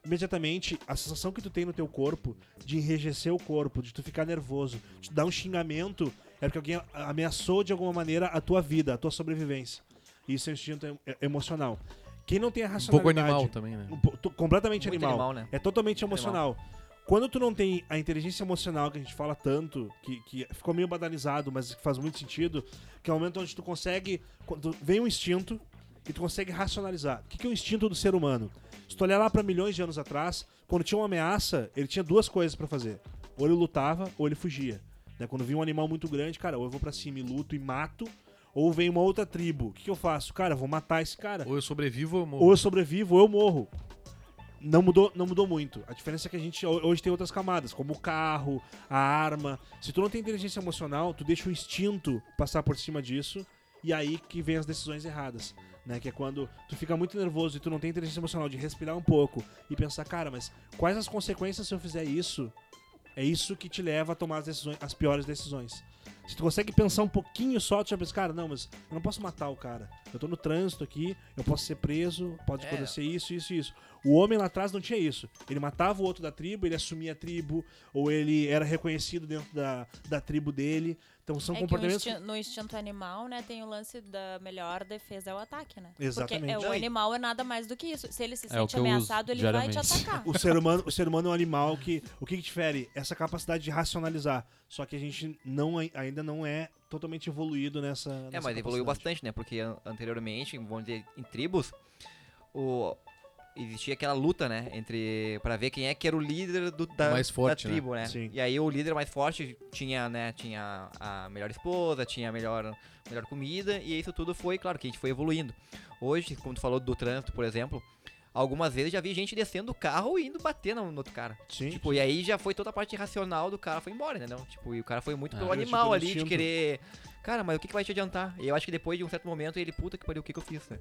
Speaker 1: imediatamente a sensação que tu tem no teu corpo de enrijecer o corpo, de tu ficar nervoso, de tu dar um xingamento, é porque alguém a- ameaçou de alguma maneira a tua vida, a tua sobrevivência. Isso é um instinto em- é- emocional. Quem não tem a
Speaker 2: Um pouco
Speaker 1: racionalidade...
Speaker 2: animal também, né?
Speaker 1: um po- tu- completamente
Speaker 5: Muito
Speaker 1: animal.
Speaker 5: animal, né?
Speaker 1: É totalmente
Speaker 5: Muito
Speaker 1: emocional. Quando tu não tem a inteligência emocional que a gente fala tanto, que, que ficou meio banalizado, mas que faz muito sentido, que é o momento onde tu consegue. Quando vem um instinto e tu consegue racionalizar. O que, que é o instinto do ser humano? Se tu olhar lá pra milhões de anos atrás, quando tinha uma ameaça, ele tinha duas coisas pra fazer: ou ele lutava, ou ele fugia. Né? Quando vinha um animal muito grande, cara, ou eu vou pra cima e luto e mato, ou vem uma outra tribo. O que, que eu faço? Cara, eu vou matar esse cara
Speaker 2: Ou eu sobrevivo ou eu morro.
Speaker 1: ou eu sobrevivo ou eu morro. Não mudou, não mudou muito. A diferença é que a gente ho- hoje tem outras camadas, como o carro, a arma. Se tu não tem inteligência emocional, tu deixa o instinto passar por cima disso e aí que vem as decisões erradas, né? Que é quando tu fica muito nervoso e tu não tem inteligência emocional de respirar um pouco e pensar, cara, mas quais as consequências se eu fizer isso? É isso que te leva a tomar as decisões, as piores decisões. Se tu consegue pensar um pouquinho só, tu já pensa, cara, não, mas eu não posso matar o cara. Eu tô no trânsito aqui, eu posso ser preso, pode
Speaker 5: É.
Speaker 1: acontecer isso, isso, e isso. O homem lá atrás não tinha isso. Ele matava o outro da tribo, ele assumia a tribo, ou ele era reconhecido dentro da, da tribo dele. Então são
Speaker 7: é que o
Speaker 1: comportamentos.
Speaker 7: instin- no instinto animal, né, tem o lance da melhor defesa é o ataque, né?
Speaker 1: Exatamente.
Speaker 7: Porque é,
Speaker 2: Não,
Speaker 7: o
Speaker 2: e-
Speaker 7: animal é nada mais do que isso. Se ele se
Speaker 6: É o
Speaker 7: sente
Speaker 6: que eu uso
Speaker 7: ameaçado, ele vai te
Speaker 6: diariamente.
Speaker 7: atacar.
Speaker 1: O ser, humano, o ser humano é um animal que. O que, que difere? Essa capacidade de racionalizar. Só que a gente não, ai- ainda não é totalmente evoluído nessa.
Speaker 5: É,
Speaker 1: nessa
Speaker 5: mas evoluiu
Speaker 1: capacidade.
Speaker 5: bastante, né? Porque an- anteriormente, vamos dizer, em tribos, o- existia aquela luta, né? Entre para ver quem é que era o líder do, da,
Speaker 2: Mais forte,
Speaker 5: da
Speaker 2: né?
Speaker 5: tribo, né?
Speaker 1: Sim.
Speaker 5: E aí o líder mais forte tinha, né? Tinha a melhor esposa, tinha a melhor, melhor comida e isso tudo foi, claro, que a gente foi evoluindo. Hoje, como tu falou do trânsito, por exemplo, algumas vezes já vi gente descendo do carro e indo bater no, no outro cara.
Speaker 1: Sim.
Speaker 5: Tipo, e aí já foi toda a parte racional do cara foi embora, entendeu? Tipo, e o cara foi muito
Speaker 6: Ah.
Speaker 1: É,
Speaker 5: pelo
Speaker 1: tipo,
Speaker 5: animal
Speaker 1: do
Speaker 5: ali, de
Speaker 1: instinto.
Speaker 5: querer... Cara, mas o que, que vai te adiantar? E eu acho que depois de um certo momento ele, puta que pariu, o que que eu fiz, né?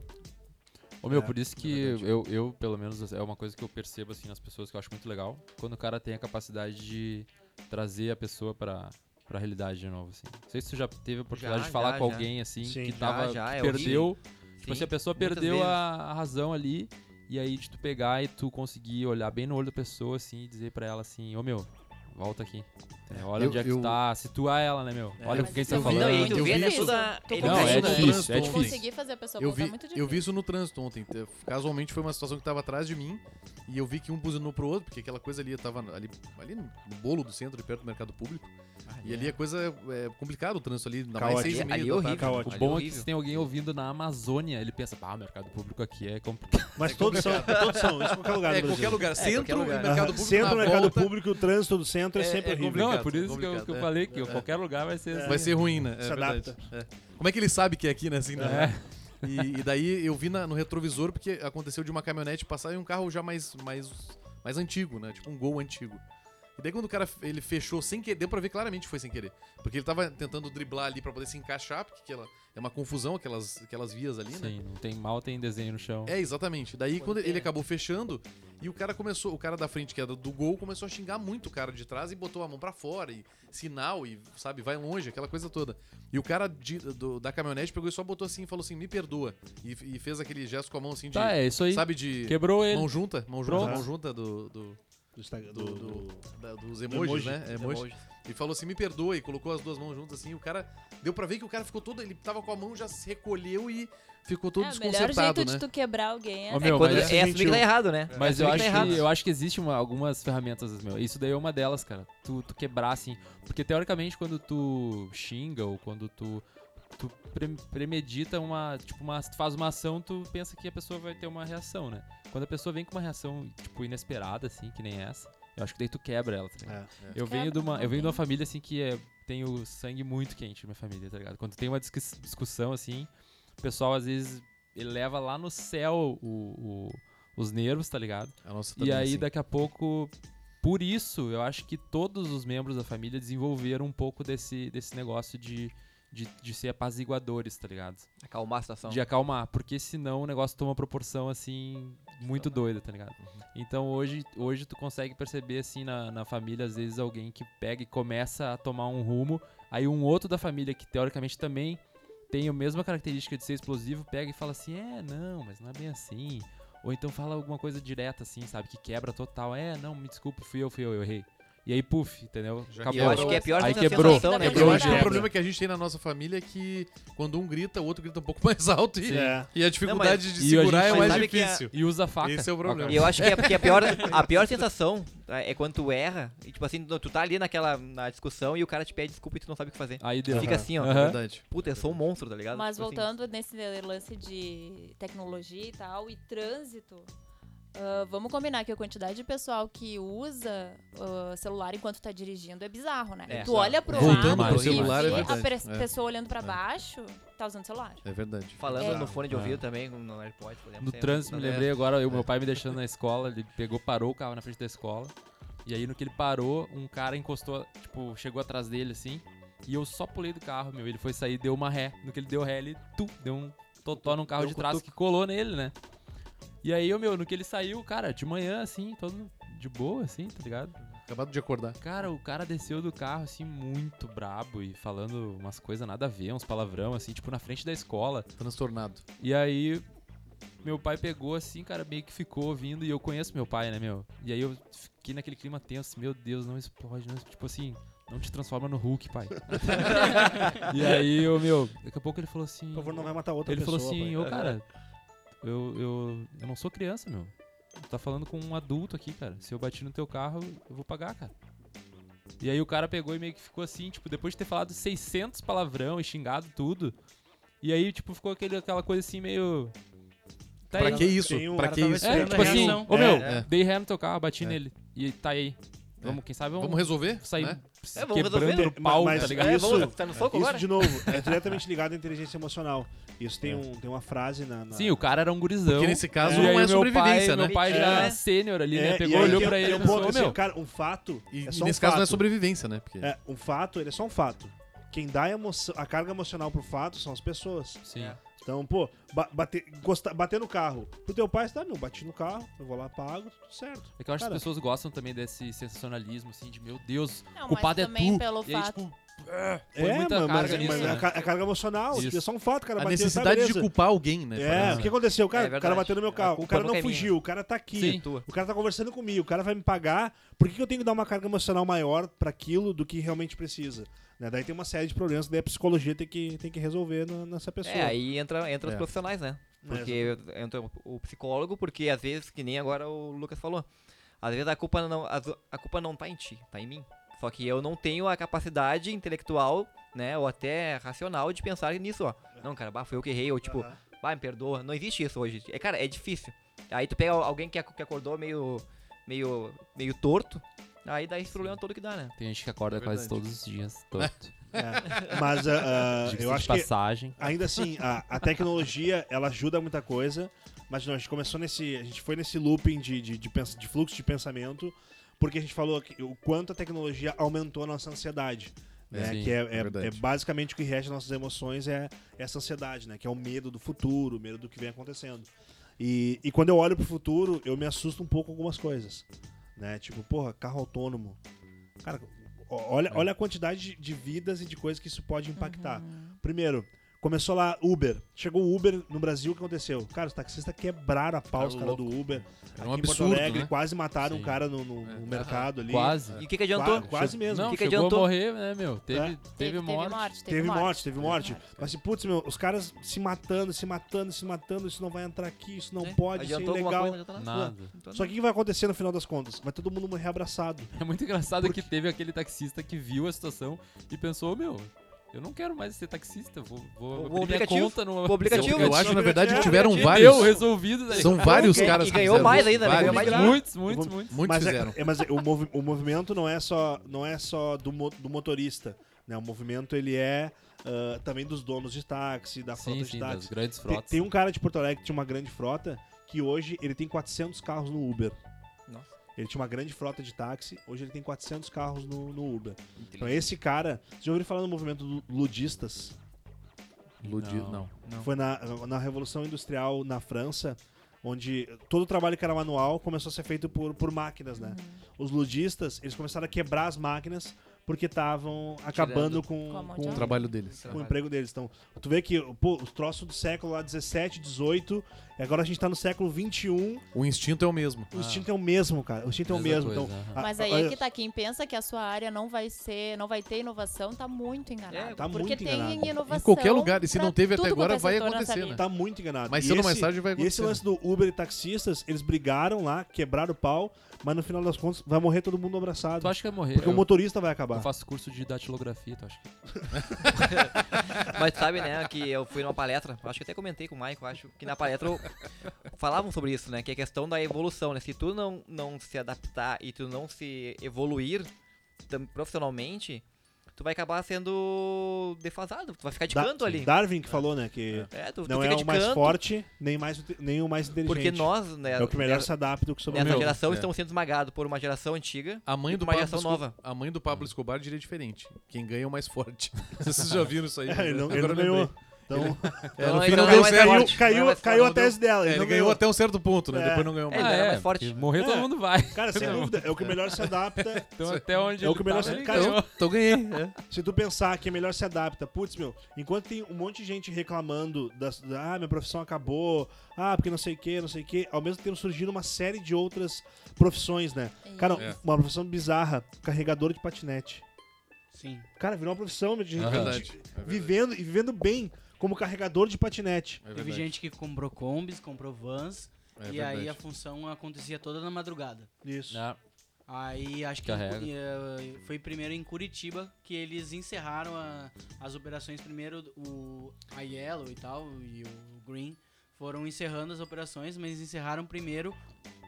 Speaker 6: Ô meu,
Speaker 1: É,
Speaker 6: por isso que
Speaker 1: verdade.
Speaker 6: eu, eu, pelo menos, é uma coisa que eu percebo assim nas pessoas que eu acho muito legal. Quando o cara tem a capacidade de trazer a pessoa pra, pra realidade de novo, assim. Não sei se tu já teve a oportunidade
Speaker 5: Já,
Speaker 6: de falar
Speaker 5: já,
Speaker 6: com
Speaker 5: já.
Speaker 6: alguém assim
Speaker 1: Sim.
Speaker 6: que
Speaker 1: Já,
Speaker 6: tava.
Speaker 5: já,
Speaker 6: que
Speaker 5: é
Speaker 6: perdeu.
Speaker 5: Sim,
Speaker 6: Tipo assim, a pessoa
Speaker 5: muitas
Speaker 6: perdeu
Speaker 5: vezes.
Speaker 6: a, a razão ali. E aí de tu pegar e tu conseguir olhar bem no olho da pessoa, assim, e dizer pra ela assim, ô meu, volta aqui. Entendeu? Olha
Speaker 2: Eu-
Speaker 6: onde é que
Speaker 2: eu-
Speaker 6: tu tá, situa ela, né, meu?
Speaker 2: É,
Speaker 6: Olha
Speaker 2: mas
Speaker 6: com quem tu
Speaker 7: eu
Speaker 6: tá
Speaker 7: vi-
Speaker 6: falando.
Speaker 5: Não, e
Speaker 2: eu
Speaker 5: tu vê,
Speaker 2: vi
Speaker 5: né,
Speaker 2: isso.
Speaker 5: toda...
Speaker 7: Tô
Speaker 5: ele
Speaker 7: com
Speaker 6: Não, é
Speaker 7: medo.
Speaker 2: no
Speaker 6: difícil, é
Speaker 2: trânsito.
Speaker 6: difícil.
Speaker 7: Consegui fazer a pessoa
Speaker 2: Eu
Speaker 7: voltar é
Speaker 2: vi,
Speaker 7: muito difícil.
Speaker 2: eu vi isso no trânsito ontem. Te- Casualmente foi uma situação que tava atrás de mim e eu vi que um buzinou pro outro, porque aquela coisa ali eu tava ali, ali no no bolo do centro, ali perto do mercado público.
Speaker 1: Ah,
Speaker 2: e ali a coisa é, é complicada o trânsito ali,
Speaker 6: Tá
Speaker 2: ainda mais
Speaker 1: Caótico.
Speaker 2: seis e
Speaker 5: Ali- ali
Speaker 2: meia
Speaker 5: é
Speaker 2: da
Speaker 5: horrível.
Speaker 2: tarde.
Speaker 1: Caótico.
Speaker 6: O
Speaker 5: Ali
Speaker 6: bom é que
Speaker 5: horrível.
Speaker 6: se tem alguém ouvindo na Amazônia, ele pensa, bah, o mercado público aqui é complicado.
Speaker 1: Mas todos são, todos são, isso em qualquer lugar
Speaker 2: É,
Speaker 1: do
Speaker 2: qualquer
Speaker 1: Brasil.
Speaker 2: lugar. Centro né?
Speaker 5: qualquer lugar.
Speaker 2: e mercado
Speaker 1: Aham.
Speaker 2: público.
Speaker 1: Centro,
Speaker 2: na
Speaker 1: mercado
Speaker 2: volta,
Speaker 1: público, o trânsito do centro é,
Speaker 2: É-
Speaker 1: sempre
Speaker 2: é
Speaker 1: horrível.
Speaker 6: Não, é
Speaker 2: Complicado,
Speaker 6: por isso que eu,
Speaker 2: complicado,
Speaker 6: que eu
Speaker 2: é.
Speaker 6: falei que
Speaker 2: É.
Speaker 6: qualquer lugar vai ser assim.
Speaker 2: Vai ser ruim, né? É
Speaker 1: Se adapta.
Speaker 2: verdade. É. Como é que ele sabe que é aqui, né? Assim, na
Speaker 6: É.
Speaker 2: E, e daí eu vi na- no retrovisor porque aconteceu de uma caminhonete passar e um carro já mais, mais, mais antigo, né? Tipo um gol antigo. E daí quando o cara f- ele fechou sem querer, deu pra ver claramente que foi sem querer. Porque ele tava tentando driblar ali pra poder se encaixar, porque aquela, é uma confusão aquelas, aquelas vias ali, né?
Speaker 6: Sim, não tem mal, tem desenho no chão.
Speaker 2: É, exatamente. Daí quando ele acabou fechando, e o cara começou, o cara da frente, que era do gol, começou a xingar muito o cara de trás e botou a mão pra fora, e sinal, e sabe, vai longe, aquela coisa toda. E o cara de- do- da caminhonete pegou e só botou assim, falou assim, me perdoa. E, e fez aquele gesto com a mão assim de.
Speaker 6: Tá, é isso aí.
Speaker 2: Sabe, de.
Speaker 6: Quebrou ele.
Speaker 2: Mão junta, mão junta,
Speaker 1: Pronto.
Speaker 2: mão junta do. do,
Speaker 1: Do Instagram-
Speaker 2: do-
Speaker 1: do-
Speaker 2: do-
Speaker 1: do-
Speaker 2: da- dos emojis,
Speaker 1: emoji.
Speaker 2: né? Emoji. E falou assim, me perdoa, e colocou as duas mãos juntas assim, e o cara. Deu pra ver que o cara ficou todo. Ele tava com a mão, já se recolheu e ficou todo
Speaker 7: É, o melhor
Speaker 2: desconcertado,
Speaker 7: jeito
Speaker 2: né?
Speaker 7: de tu quebrar alguém
Speaker 6: Ô,
Speaker 7: é
Speaker 5: É,
Speaker 6: Ah, meu,
Speaker 5: quando
Speaker 6: mas-
Speaker 5: é assumir que tá errado, né?
Speaker 6: Mas
Speaker 5: É
Speaker 6: eu
Speaker 5: assumir
Speaker 6: acho,
Speaker 5: tá errado.
Speaker 6: que, eu acho que existe uma- algumas ferramentas, meu. Isso daí é uma delas, cara. Tu, tu quebrar, assim. Porque teoricamente, quando tu xinga ou quando tu. Tu pre- premedita uma. Tipo, uma, tu faz uma ação, tu pensa que a pessoa vai ter uma reação, né? Quando a pessoa vem com uma reação, tipo, inesperada, assim, que nem essa, eu acho que daí tu quebra ela, tá ligado?
Speaker 1: É.
Speaker 6: Eu
Speaker 7: Quebra,
Speaker 6: venho de uma,
Speaker 7: não
Speaker 6: eu venho de uma
Speaker 7: tem.
Speaker 6: família assim que é, tem o sangue muito quente, minha família, tá ligado? Quando tem uma discus- discussão assim, o pessoal às vezes eleva lá no céu o- o- os nervos, tá ligado?
Speaker 2: A nossa
Speaker 6: E
Speaker 2: também,
Speaker 6: aí
Speaker 2: assim.
Speaker 6: daqui a pouco, por isso, eu acho que todos os membros da família desenvolveram um pouco desse, desse negócio de, de, de ser apaziguadores, tá ligado?
Speaker 5: Acalmar a
Speaker 2: Então.
Speaker 5: situação.
Speaker 6: De acalmar, porque senão o negócio toma uma proporção assim muito doida, tá ligado?
Speaker 2: Uhum.
Speaker 6: Então hoje, hoje tu consegue perceber assim na, na família, às vezes alguém que pega e começa a tomar um rumo, aí um outro da família que teoricamente também tem a mesma característica de ser explosivo, pega e fala assim: "É, não, mas não é bem assim". Ou então fala alguma coisa direta assim, sabe, que quebra total. "É, não, me desculpa, fui eu, fui eu, eu errei". E aí puf, entendeu?
Speaker 2: Já
Speaker 5: E eu
Speaker 6: Acabou.
Speaker 5: acho que é pior
Speaker 6: Aí
Speaker 5: do que a
Speaker 6: quebrou.
Speaker 5: sensação, né?
Speaker 2: É que eu
Speaker 7: Quebrou
Speaker 2: acho que o
Speaker 1: Quebra.
Speaker 2: problema que a gente tem na nossa família é que quando um grita, o outro grita um pouco mais alto e,
Speaker 1: É.
Speaker 2: e a dificuldade
Speaker 6: mas-
Speaker 2: de
Speaker 6: e a
Speaker 2: segurar
Speaker 6: gente-
Speaker 2: é
Speaker 6: mas
Speaker 2: mais
Speaker 5: sabe que a-
Speaker 2: difícil.
Speaker 6: E usa a faca.
Speaker 2: Esse é o problema.
Speaker 5: E eu acho que, é, que a, pior, a pior sensação é quando tu erra e, tipo assim, tu tá ali naquela na discussão e o cara te pede desculpa e tu não sabe o que fazer.
Speaker 6: Aí deu.
Speaker 5: Fica assim, ó.
Speaker 2: É
Speaker 6: Aham.
Speaker 2: verdade.
Speaker 5: Puta, eu sou um monstro, tá ligado?
Speaker 7: Mas
Speaker 5: Tipo assim,
Speaker 7: voltando nesse lance de tecnologia e tal, e trânsito, ah, vamos combinar que a quantidade de pessoal que usa ah, celular enquanto tá dirigindo é bizarro,
Speaker 5: É,
Speaker 7: né? tu
Speaker 5: bizarro.
Speaker 7: olha pro
Speaker 2: Voltando
Speaker 7: lado
Speaker 6: pro
Speaker 7: e
Speaker 6: celular,
Speaker 7: vê
Speaker 2: é
Speaker 7: a
Speaker 2: verdade.
Speaker 7: pers-
Speaker 2: É.
Speaker 7: pessoa olhando pra
Speaker 2: É.
Speaker 7: baixo, tá usando celular.
Speaker 2: É verdade.
Speaker 5: Falando
Speaker 1: É.
Speaker 5: no fone de ouvido
Speaker 6: É.
Speaker 5: também, no AirPods, por exemplo.
Speaker 6: No
Speaker 5: tem-
Speaker 6: trânsito, me
Speaker 5: tá-
Speaker 6: lembrei agora, o meu pai me deixando na escola, ele pegou, parou o carro na frente da escola. E aí, no que ele parou, um cara encostou, tipo, chegou atrás dele assim. E eu só pulei do carro, meu. Ele foi sair, deu uma ré. No que ele deu ré, ele tu, deu um totó num carro
Speaker 5: Deu um
Speaker 6: de trás que colou nele, né? E aí, eu, meu, no que ele saiu, cara, de manhã, assim, todo de boa, assim, tá ligado?
Speaker 2: Acabado de acordar.
Speaker 6: Cara, o cara desceu do carro, assim, muito brabo e falando umas coisas nada a ver, uns palavrão, assim, tipo, na frente da escola.
Speaker 2: Transtornado.
Speaker 6: E aí, meu pai pegou assim, cara, meio que ficou ouvindo. E eu conheço meu pai, né, meu? E aí eu fiquei naquele clima tenso, meu Deus, não explode, não. Tipo assim, Não te transforma no Hulk, pai. e aí, o meu, daqui a pouco ele falou assim.
Speaker 1: Por favor, não vai matar outra
Speaker 6: Ele
Speaker 1: pessoa.
Speaker 6: falou assim,
Speaker 1: pai.
Speaker 6: ô cara, eu, eu, eu não sou criança, meu. Tu tá falando com um adulto aqui, cara. Se eu bati no teu carro, eu vou pagar, cara. E aí o cara pegou e meio que ficou assim, tipo, depois de ter falado 600 palavrão e xingado tudo. E aí, tipo, ficou aquele, aquela coisa assim meio... Tá
Speaker 2: Pra
Speaker 6: aí.
Speaker 2: que isso?
Speaker 1: Tem um-
Speaker 2: Pra
Speaker 1: o
Speaker 2: que
Speaker 4: cara
Speaker 2: isso?
Speaker 4: tava
Speaker 6: É,
Speaker 4: Esperando
Speaker 6: tipo
Speaker 4: a
Speaker 6: assim,
Speaker 4: reação.
Speaker 6: ô meu,
Speaker 1: É,
Speaker 2: é.
Speaker 6: dei ré no teu carro, bati
Speaker 2: É.
Speaker 6: nele. E tá aí. Vamos, quem sabe, vamos,
Speaker 2: Vamos resolver?
Speaker 6: Então, sair
Speaker 2: né?
Speaker 5: É, vamos
Speaker 6: quebrando
Speaker 5: resolver.
Speaker 6: o pau,
Speaker 1: Mas-
Speaker 6: tá
Speaker 1: mas-
Speaker 6: ligado?
Speaker 5: É, vamos
Speaker 1: Isso-
Speaker 5: tá no soco
Speaker 1: Isso,
Speaker 5: agora?
Speaker 1: de novo, é diretamente ligado à inteligência emocional. Isso tem, um, tem uma frase na. na-
Speaker 6: É. Sim, o cara era um gurizão.
Speaker 2: Porque nesse
Speaker 6: E
Speaker 2: caso
Speaker 6: aí
Speaker 2: não é
Speaker 6: o meu
Speaker 2: sobrevivência, né?
Speaker 6: pai, Meu pai já
Speaker 5: É.
Speaker 6: sênior ali, né?
Speaker 1: É,
Speaker 6: Pegou,
Speaker 1: e aí
Speaker 6: olhou
Speaker 1: tem-
Speaker 6: pra ele
Speaker 1: tem
Speaker 6: e
Speaker 1: um
Speaker 6: pensou,
Speaker 1: ponto,
Speaker 6: "Ô,
Speaker 1: assim,
Speaker 6: meu,
Speaker 1: cara, um fato.
Speaker 2: E,
Speaker 1: é
Speaker 2: e
Speaker 1: só um
Speaker 2: nesse caso não é
Speaker 1: fato.
Speaker 2: sobrevivência, né? Porque
Speaker 1: É, um fato, ele é só um fato. Quem dá emoção, a carga emocional pro fato são as pessoas.
Speaker 6: Sim.
Speaker 5: É.
Speaker 1: Então, pô, ba- bater, gostar- bater no carro. Pro teu pai, você tá, meu, bati no carro, eu vou lá, pago, tudo certo.
Speaker 6: É que eu acho
Speaker 1: Cara.
Speaker 6: que as pessoas gostam também desse sensacionalismo, assim, de meu Deus,
Speaker 7: Não,
Speaker 6: culpado é
Speaker 7: mas também
Speaker 6: tu.
Speaker 7: pelo
Speaker 6: e aí,
Speaker 7: fato-
Speaker 6: tipo, Foi
Speaker 1: É,
Speaker 6: muita
Speaker 1: mas-
Speaker 6: carga
Speaker 1: mas,
Speaker 6: nisso,
Speaker 1: mas
Speaker 6: né?
Speaker 1: a, ca- a carga emocional,
Speaker 6: Isso.
Speaker 1: é só um fato, o cara
Speaker 2: a
Speaker 1: bateu, tá,
Speaker 2: necessidade de
Speaker 1: beleza.
Speaker 2: culpar alguém, né?
Speaker 1: É, o que
Speaker 2: Pra-
Speaker 1: aconteceu? O cara,
Speaker 5: É
Speaker 1: o cara
Speaker 5: verdade.
Speaker 1: bateu no meu
Speaker 5: A
Speaker 1: carro, o
Speaker 5: culpa
Speaker 1: cara não
Speaker 5: nunca é minha.
Speaker 1: fugiu, o cara tá aqui.
Speaker 6: Sim.
Speaker 5: Tua.
Speaker 1: O cara tá conversando comigo, o cara vai me pagar. Por que, que eu tenho que dar uma carga emocional maior pra aquilo do que realmente precisa? Né? Daí tem uma série de problemas, daí a psicologia tem que, tem que resolver na- nessa pessoa.
Speaker 5: É, aí entra,
Speaker 2: É.
Speaker 5: entra os profissionais, né?
Speaker 1: Né?
Speaker 5: Porque entra o psicólogo, porque às vezes, que nem agora o Lucas falou, às vezes a culpa não, as- a culpa não tá em ti, tá em mim. Só que eu não tenho a capacidade intelectual, né, ou até racional de pensar nisso, ó. Não, cara, bah, foi eu que errei, ou tipo,
Speaker 1: É. Aham.
Speaker 5: bah, me perdoa. Não existe isso hoje. É, cara, é difícil. Aí tu pega alguém que, ac- que acordou meio, meio, meio torto, aí dá esse problema todo que dá, né?
Speaker 6: Tem gente que acorda
Speaker 2: É
Speaker 6: quase
Speaker 2: verdade.
Speaker 6: todos os dias, torto.
Speaker 1: É. Mas ah, ah,
Speaker 6: Diga-se
Speaker 1: eu
Speaker 6: de
Speaker 1: acho que
Speaker 6: passagem.
Speaker 1: ainda assim, a, a tecnologia ela ajuda muita coisa, mas não, a gente começou nesse. A gente foi nesse looping de, de, de, pens- de fluxo de pensamento, porque a gente falou que, o quanto a tecnologia aumentou a nossa ansiedade. Né?
Speaker 6: Sim,
Speaker 1: que é, é-
Speaker 2: é verdade.
Speaker 1: é basicamente o que rege as nossas emoções é essa ansiedade, né? Que é o medo do futuro, o medo do que vem acontecendo. E, e quando eu olho pro futuro, eu me assusto um pouco com algumas coisas. Né? Tipo, porra, carro autônomo. Cara, o- olha, olha a quantidade de, de vidas e de coisas que isso pode impactar. Primeiro, começou lá Uber. Chegou o Uber no Brasil, o que aconteceu? Cara, os taxistas quebraram a pau,
Speaker 2: Tá
Speaker 1: os caras do Uber.
Speaker 2: Era um
Speaker 1: Aqui em Porto
Speaker 2: absurdo,
Speaker 1: Alegre,
Speaker 2: né?
Speaker 1: quase mataram
Speaker 6: Sim.
Speaker 1: um cara no, no- no
Speaker 2: É.
Speaker 1: mercado ali.
Speaker 6: Quase.
Speaker 5: E o que que
Speaker 1: É. Qua-
Speaker 5: adiantou?
Speaker 1: quase mesmo.
Speaker 6: Não,
Speaker 5: que que
Speaker 6: chegou
Speaker 5: adiantou?
Speaker 6: a morrer, né, meu? Teve, teve, morte.
Speaker 1: Teve, morte, teve morte. Mas, assim, putz, meu, os caras se matando, se matando, se matando, isso não vai entrar aqui, isso não
Speaker 5: Né?
Speaker 1: pode, isso é
Speaker 5: Adiantou alguma
Speaker 1: ilegal.
Speaker 5: coisa? Adiantou nada.
Speaker 6: Nada.
Speaker 5: Adiantou
Speaker 1: Só que o que vai acontecer no final das contas? Vai todo mundo morrer abraçado.
Speaker 6: É muito engraçado que teve aquele taxista que viu a situação e pensou, "Ô, meu, eu não quero mais ser taxista, vou, vou
Speaker 5: Vou
Speaker 6: abrir minha
Speaker 5: aplicativo.
Speaker 6: conta no
Speaker 5: Vou aplicativo.
Speaker 2: Eu acho, na verdade, que tiveram
Speaker 6: Meu,
Speaker 2: vários.
Speaker 6: resolvido, tá
Speaker 2: São
Speaker 6: ligado?
Speaker 2: vários
Speaker 5: E- e
Speaker 2: caras
Speaker 5: ganhou
Speaker 2: que fizeram
Speaker 5: mais
Speaker 2: isso.
Speaker 5: ainda, né?
Speaker 2: Vários.
Speaker 5: Ganhou mais
Speaker 1: dinheiro.
Speaker 6: Muitos, muitos,
Speaker 1: Vou-
Speaker 6: muitos.
Speaker 2: Muitos
Speaker 1: mas é-
Speaker 2: fizeram.
Speaker 1: É, mas é- o, movi- o movimento não é só, não é só do, mo- do motorista. Né? O movimento ele é ah, também dos donos de táxi, da frota
Speaker 6: Sim,
Speaker 1: de
Speaker 6: sim, das
Speaker 1: táxi.
Speaker 6: grandes
Speaker 1: Tem,
Speaker 6: frotas.
Speaker 1: tem um cara de Porto Alegre que tinha uma grande frota que hoje ele tem 400 carros no Uber.
Speaker 5: Nossa.
Speaker 1: Ele tinha uma grande frota de táxi, hoje ele tem 400 carros no, no Uber. Então
Speaker 5: nada.
Speaker 1: esse cara, vocês já ouviram falar no movimento lu- ludistas?
Speaker 2: Ludi-
Speaker 6: Não.
Speaker 2: Não.
Speaker 5: Não.
Speaker 1: Foi na, na Revolução Industrial na França, onde todo o trabalho que era manual começou a ser feito por, por máquinas,
Speaker 7: Uhum.
Speaker 1: né? Os ludistas, eles começaram a quebrar as máquinas porque estavam acabando com,
Speaker 7: Com a mão de
Speaker 1: com-
Speaker 2: O trabalho deles.
Speaker 1: com o emprego deles. Então, tu vê que pô, os troços do século lá 17, 18, e agora a gente tá no século 21,
Speaker 2: O instinto é o mesmo.
Speaker 1: o instinto é o mesmo, cara. O instinto é o
Speaker 6: Mesma
Speaker 1: mesmo.
Speaker 6: coisa,
Speaker 1: então,
Speaker 6: aham.
Speaker 1: a-
Speaker 7: Mas
Speaker 1: a-
Speaker 7: aí é
Speaker 1: a-
Speaker 7: que tá, quem pensa que a sua área não vai ser, não vai ter inovação, tá muito enganado.
Speaker 5: É,
Speaker 1: tá
Speaker 7: porque
Speaker 1: muito enganado.
Speaker 7: tem inovação.
Speaker 2: Em qualquer lugar, e se
Speaker 7: pra
Speaker 2: não teve até
Speaker 7: tudo quanto
Speaker 2: agora,
Speaker 7: é
Speaker 2: vai
Speaker 7: setor nessa
Speaker 2: acontecer,
Speaker 7: vida.
Speaker 2: né?
Speaker 1: Tá muito enganado.
Speaker 2: Mas
Speaker 1: E
Speaker 2: cedo ou mais
Speaker 1: esse-
Speaker 2: tarde
Speaker 1: E
Speaker 2: vai acontecer.
Speaker 1: esse lance do Uber e taxistas, eles brigaram lá, quebraram o pau, mas no final das contas vai morrer todo mundo abraçado.
Speaker 6: Tu acha que vai morrer?
Speaker 1: Porque
Speaker 6: Eu-
Speaker 1: o motorista vai
Speaker 6: Eu
Speaker 1: acabar.
Speaker 6: faço curso de datilografia, tu acha que.
Speaker 5: Mas sabe, né, que eu fui numa palestra, acho que até comentei com o Maico, acho que na palestra eu- falavam sobre isso, né, que é a questão da evolução, né, se tu não, não se adaptar e tu não se evoluir tam- profissionalmente, tu vai acabar sendo defasado, tu vai ficar de
Speaker 1: Da-
Speaker 5: canto ali.
Speaker 1: Darwin que falou, né? Que
Speaker 5: É, tu, tu
Speaker 1: não
Speaker 5: fica
Speaker 1: é
Speaker 5: de
Speaker 1: o mais
Speaker 5: canto,
Speaker 1: forte, nem, mais, inte- nem o mais inteligente.
Speaker 5: porque nós, né,
Speaker 1: é o que melhor
Speaker 5: ne-
Speaker 1: se adapta, o que
Speaker 5: nessa
Speaker 1: sobreviveu.
Speaker 5: geração
Speaker 2: é.
Speaker 5: estamos sendo esmagados por uma geração antiga,
Speaker 2: A mãe
Speaker 5: e
Speaker 2: do
Speaker 5: uma
Speaker 2: Pablo
Speaker 5: geração
Speaker 2: Escobar-
Speaker 5: nova.
Speaker 2: A mãe do Pablo Escobar diria diferente. Quem ganha é o mais forte. Vocês já viram isso
Speaker 1: É,
Speaker 2: aí?
Speaker 1: ele não,
Speaker 2: Agora
Speaker 1: ele
Speaker 2: eu
Speaker 1: não
Speaker 2: lembrei.
Speaker 1: ganhou. Então,
Speaker 2: É, no
Speaker 5: Não,
Speaker 2: fim não
Speaker 5: então não é
Speaker 2: deu
Speaker 5: mais
Speaker 2: certo.
Speaker 5: forte.
Speaker 1: caiu, caiu,
Speaker 5: Ele não é mais
Speaker 1: caiu a
Speaker 5: forte, não
Speaker 1: tese dela.
Speaker 2: É,
Speaker 1: Ele,
Speaker 2: ele
Speaker 1: não
Speaker 2: ganhou até um certo ponto, né?
Speaker 1: É.
Speaker 2: Depois não ganhou mais.
Speaker 5: É, era
Speaker 6: é,
Speaker 5: mais forte.
Speaker 6: porque Morrer
Speaker 1: É.
Speaker 6: todo mundo vai.
Speaker 1: Cara, sem
Speaker 6: É.
Speaker 1: dúvida, é o que melhor se adapta.
Speaker 6: Então até onde.
Speaker 1: É o
Speaker 6: ele né?
Speaker 1: que melhor
Speaker 6: tava,
Speaker 1: você-
Speaker 6: ele
Speaker 1: cara,
Speaker 6: ganhou.
Speaker 2: Então ganhei. é.
Speaker 1: Se tu pensar que é melhor se adapta, putz, meu, enquanto tem um monte de gente reclamando das, da, ah, minha profissão acabou, ah, porque não sei o que, não sei o que, ao mesmo tempo surgiram uma série de outras profissões, né? Cara,
Speaker 2: É.
Speaker 1: uma profissão bizarra, carregador de patinete.
Speaker 4: Sim.
Speaker 1: Cara, virou uma profissão né, de
Speaker 2: É
Speaker 1: repente.
Speaker 2: verdade. É verdade.
Speaker 1: Vivendo e vivendo bem como carregador de patinete.
Speaker 2: É
Speaker 4: Teve
Speaker 2: verdade.
Speaker 4: gente que comprou combis, comprou vans,
Speaker 2: É
Speaker 4: e aí a
Speaker 2: verdade.
Speaker 4: função acontecia toda na madrugada.
Speaker 1: Isso.
Speaker 6: Ah,
Speaker 4: Aí acho que
Speaker 6: Carrega.
Speaker 4: eh, foi primeiro em Curitiba que eles encerraram a- as operações primeiro o a Yellow e tal e o Green foram encerrando as operações, mas encerraram primeiro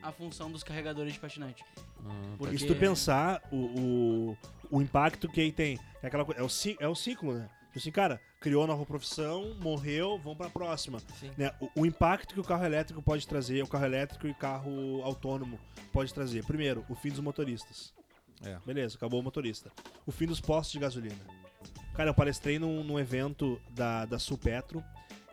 Speaker 4: a função dos carregadores de patinete.
Speaker 6: ah,
Speaker 1: E
Speaker 4: Porque
Speaker 1: se tu pensar o, o, o impacto que aí tem, é, aquela, co- é, o, ci- é o ciclo, né? Tipo assim, cara, criou nova profissão, morreu, vamos pra próxima.
Speaker 5: Sim.
Speaker 1: Né? O, o impacto que o carro elétrico pode trazer, o carro elétrico e carro autônomo pode trazer. Primeiro, o fim dos motoristas.
Speaker 2: É.
Speaker 1: Beleza, acabou o motorista. O fim dos postos de gasolina. Cara, eu palestrei num, num evento da, da Sulpetro,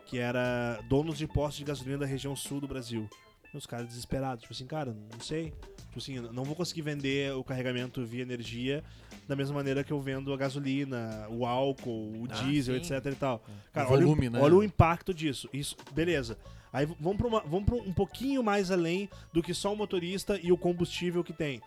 Speaker 1: que era donos de postos de gasolina da região sul do Brasil. E Os caras desesperados, tipo assim, cara, não sei. Tipo assim, eu não vou conseguir vender o carregamento via energia da mesma maneira que eu vendo a gasolina, o álcool, o
Speaker 5: Ah,
Speaker 1: diesel,
Speaker 5: sim.
Speaker 1: etc e tal. Cara,
Speaker 2: O volume,
Speaker 1: olha, o-
Speaker 2: né?
Speaker 1: olha o impacto disso. Isso, beleza. Aí v- vamos para vamos pra um pouquinho mais além do que só o motorista e o combustível que tem.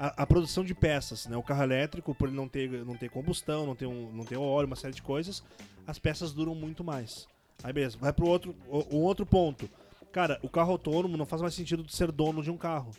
Speaker 1: A, a produção de peças, né? O carro elétrico, por ele não ter, não ter combustão, não ter, um, não ter óleo, uma série de coisas, as peças duram muito mais. Aí beleza, vai pro outro, o- um outro ponto. Cara, o carro autônomo não faz mais sentido de ser dono de um carro,